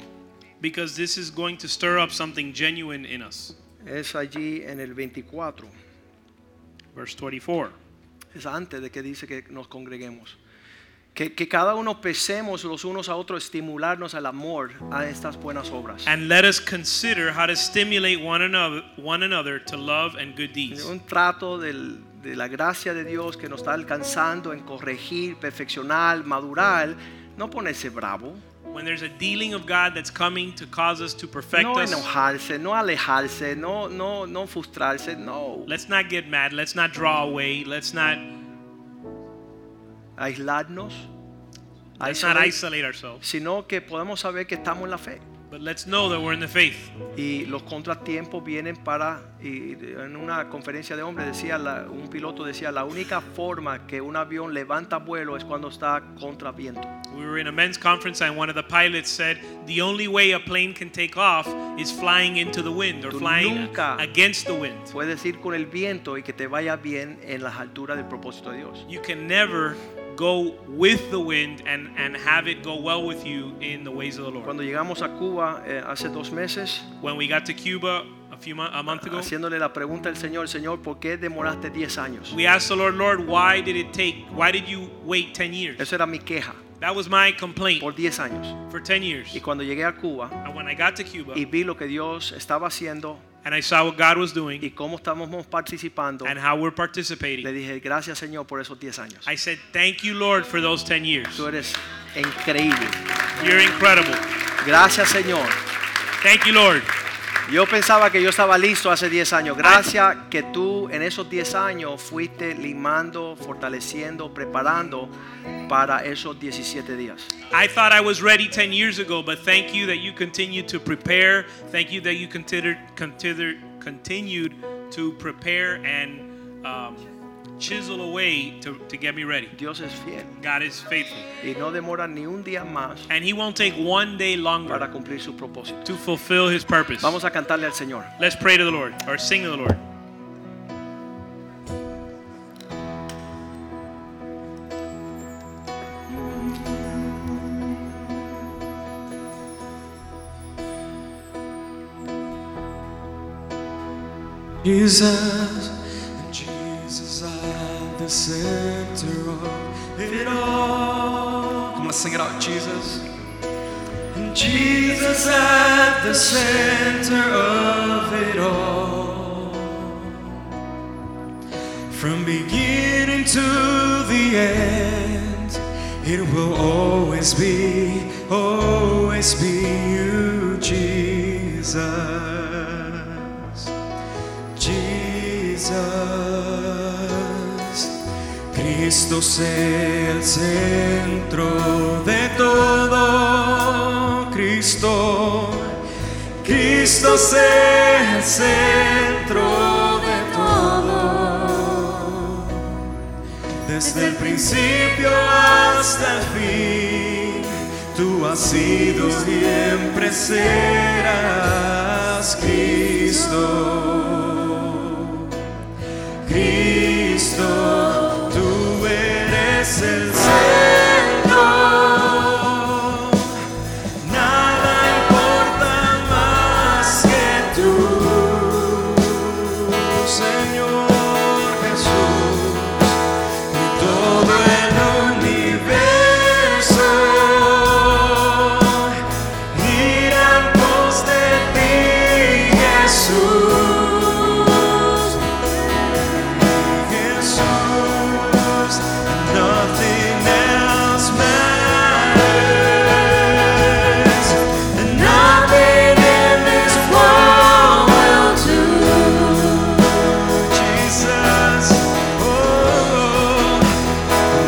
Because this is going to stir up something genuine in us. Es allí en el 24. Verse 24. Es antes de que dice que nos congreguemos. Que, que cada uno pesemos los unos a otros, estimularnos al amor a estas buenas obras. And let us consider how to stimulate one another, one another to love and good deeds. Un trato del- de la gracia de Dios que nos está alcanzando en corregir, perfeccionar, madurar. No ponerse bravo, When there's a dealing of God that's coming to cause us to perfect no us, enojarse, no alejarse, no, no, no frustrarse, no. let's not get mad. Let's not draw away. Let's not Aislarnos, let's not isolate, isolate ourselves. sino que podemos saber que estamos en la fe. But let's know that we're in the faith. Y los contratiempos vienen para, y en una conferencia de hombres decía, la- un piloto decía, la única forma que un avión levanta vuelo es cuando está contra viento. We were in a men's conference and one of the pilots said, "The only way a plane can take off is flying into the wind or Tú flying nunca- against the wind." Puedes ir con el viento y que te vaya bien en las alturas del propósito de Dios. You can never go with the wind and, and have it go well with you in the ways of the Lord. Cuando llegamos a Cuba eh, hace dos meses, When we got to Cuba a few months a month ago, haciéndole la pregunta al Señor, Señor, ¿por qué demoraste 10 años? we asked the Lord, Lord, why did it take? Why did you wait 10 years? Esa era mi queja, That was my complaint por 10 años. for 10 years. Y cuando llegué a Cuba And when I got to Cuba y vi lo que Dios estaba haciendo and I saw what God was doing y cómo estábamos participando, and how le we're participating, dije, gracias Señor por esos 10 años. I said, Thank you, Lord, for those 10 years. Tú eres increíble. You're incredible. Gracias Señor. Thank you, Lord. Yo pensaba que yo estaba listo hace 10 años. Gracias que tú en esos 10 años fuiste limando, fortaleciendo, preparando para esos 17 días. I thought I was ready 10 years ago, but thank you that you continued to prepare. Thank you that you considered, considered, continued to prepare and um, chisel away to, to get me ready. Dios es fiel God is faithful. y no demora ni un día más And He won't take one day longer para cumplir su propósito. to fulfill His purpose. Vamos a cantarle al Señor. Let's pray to the Lord or sing to the Lord. Jesus, Jesus at the center of it all. Come on, let's sing it out, Jesus. Jesus at the center of it all. From beginning to the end, it will always be, always be you, Jesus. Jesus. Cristo es el centro de todo. Cristo. Cristo es el centro de todo. Desde el principio hasta el fin, tú has has sido siempre serás Cristo. Cristo, tú eres el Señor. Nada importa más que tú, Señor Jesús. Y todo el universo gira en pos de ti, Jesús. Jesús, nothing else matters. Nothing in this world will do. Jesus, oh.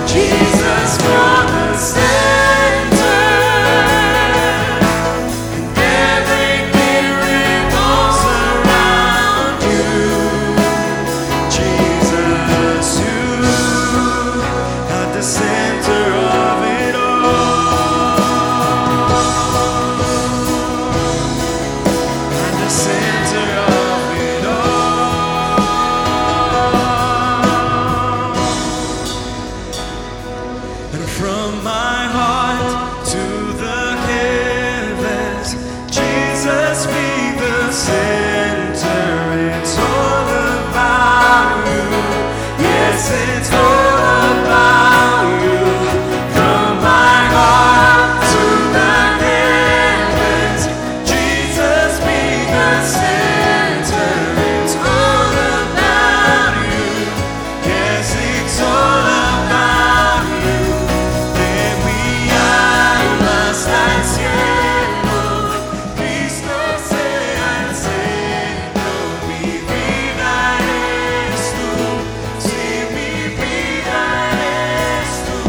Jesus from the center. And every miracle around you. Jesus, you at the center of it all. At the center of it all. And from my heart to the heavens, Jesus be the center. It's all about you. Yes, it's all about you. From my heart to the heavens, Jesus be the center. It's all about you. Yes, it's all about you. De mi alma hasta el cielo, Cristo sea el centro. Mi vida eres tú, si mi vida eres tú.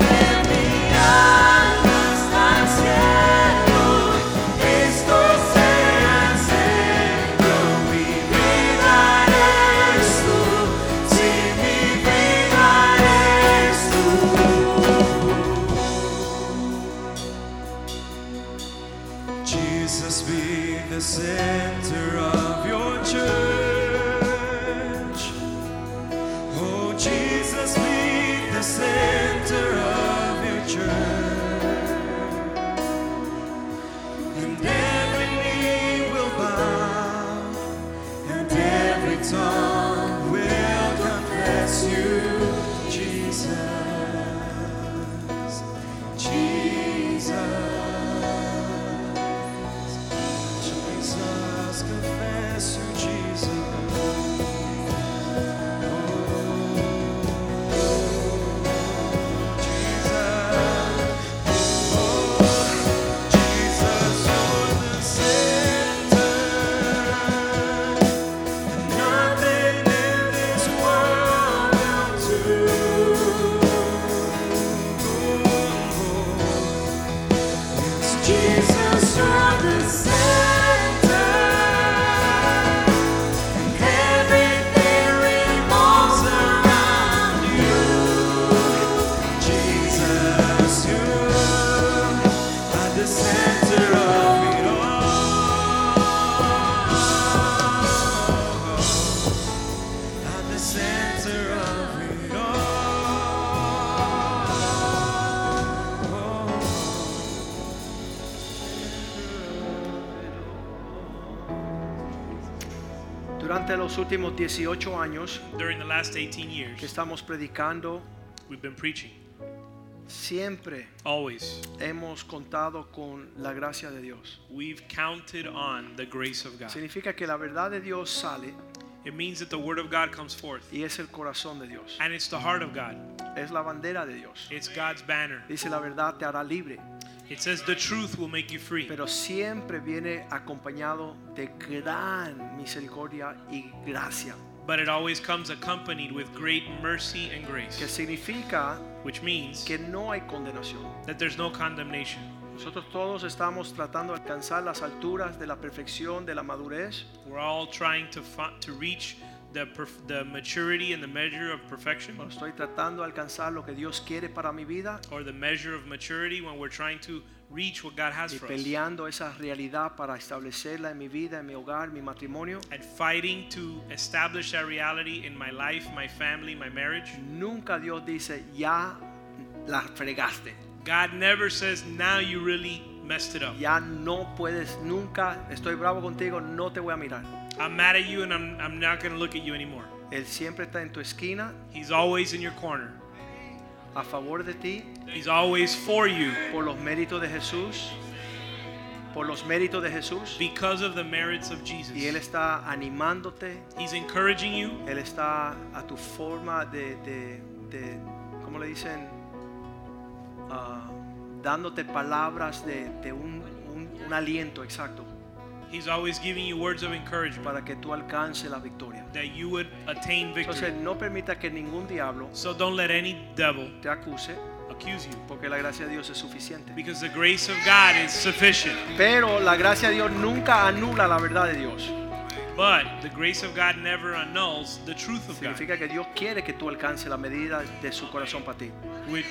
De mi alma hasta el cielo, Cristo sea el centro. Mi vida eres tú, si mi vida eres Jesus be the center of your church. Oh, Jesus be the center of your church. And every knee will bow, and every tongue will confess you, Jesus. Jesus. Jesus, confess you, Jesus. Oh, Jesus, oh, Jesus, you're the center. Nothing in this world will do. It's Jesus, you're the center. And everything revolves around you. Jesus, you are the center of it all. At the center of it all. Durante los últimos 18 años During the last 18 que years, estamos predicando, we've been preaching. siempre Always. hemos contado con la gracia de Dios. We've counted on the grace of God. Significa que la verdad de Dios sale It means that the word of God comes forth. y es el corazón de Dios. And it's the heart of God. Es la bandera de Dios. It's God's banner. Dice la verdad te hará libre, It says the truth will make you free. pero siempre viene acompañado de gran misericordia y gracia, But it always comes accompanied with great mercy and que grace, significa which means que no hay condenación. that there's no condemnation. Nosotros todos estamos tratando de alcanzar las alturas de la perfección, de la madurez, We're all trying to fi- to reach the, perf- the maturity and the measure of perfection Cuando estoy tratando de alcanzar lo que Dios quiere para mi vida or the measure of maturity when we're trying to reach what God has y for us peleando esa realidad para establecerla en mi vida, en mi hogar, mi matrimonio, and fighting to establish that reality in my life, my family, my marriage. nunca Dios dice, ya la fregaste, God never says, now you really messed it up. ya no puedes, nunca, estoy bravo contigo, no te voy a mirar. I'm mad at you and I'm, I'm not going to look at you anymore. Él siempre está en tu esquina, He's always in your corner. a favor de ti, He's always for you por los méritos de Jesús, por los méritos de Jesús, because of the merits of y Él Jesus. está animándote, He's encouraging you. Él está a tu forma de, de, de- ¿cómo le dicen? Ah, dándote palabras de, de un, un- un aliento exacto He's always giving you words of encouragement para que tú alcances la victoria. that you would attain Entonces victory. no permita que ningún diablo So don't let any devil te acuse accuse you porque la gracia de Dios es suficiente. because the grace of God is sufficient. Pero la gracia de Dios nunca anula la verdad de Dios. But the grace of God never annuls the truth of God, Significa que Dios quiere que tú alcances la medida de su corazón para ti. which,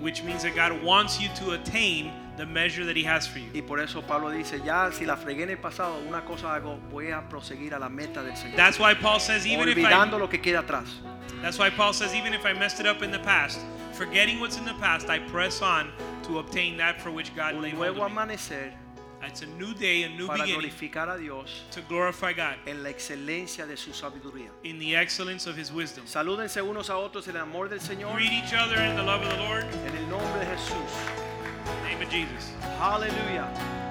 which means that God wants you to attain the measure that He has for you. Y por eso Pablo dice, ya si la fregué en el pasado, una cosa hago, voy a proseguir a la meta del Señor. That's why Paul says, even if I olvidando lo que queda atrás. That's why Paul says, even if I messed it up in the past, forgetting what's in the past, I press on to obtain that for which God Un laid hold nuevo of me. amanecer It's a new day, a new para beginning glorificar a Dios to glorify God en la excelencia de su sabiduría. in the excellence of His wisdom. Salúdense unos a otros en el amor del Señor, Greet each other in the love of the Lord. en el nombre de Jesús. In the name of Jesus. Aleluya.